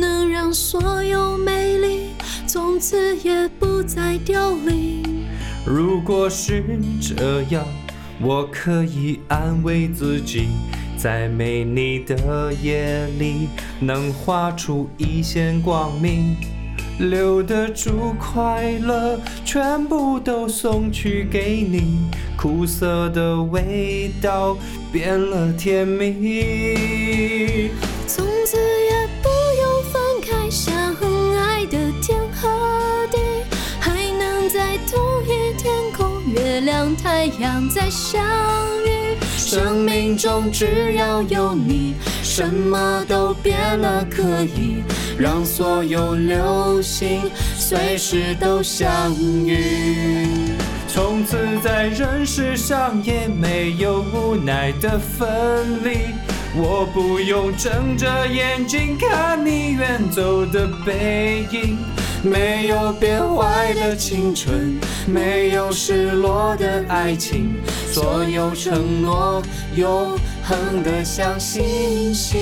[SPEAKER 6] 能让所有美丽从此也不再凋零。
[SPEAKER 7] 如果是这样，我可以安慰自己，在没你的夜里，能画出一线光明。留得住快乐，全部都送去给你，苦涩的味道变了甜蜜。
[SPEAKER 6] 从此也不用分开，相爱的天和地，还能在同一天空，月亮、太阳再相遇。生命中只要有你，什么都变了，可以让所有流星随时都相遇。
[SPEAKER 7] 从此在人世上也没有无奈的分离，我不用睁着眼睛看你远走的背影，没有变坏的青春，没有失落的爱情，所有承诺永恒的像星星。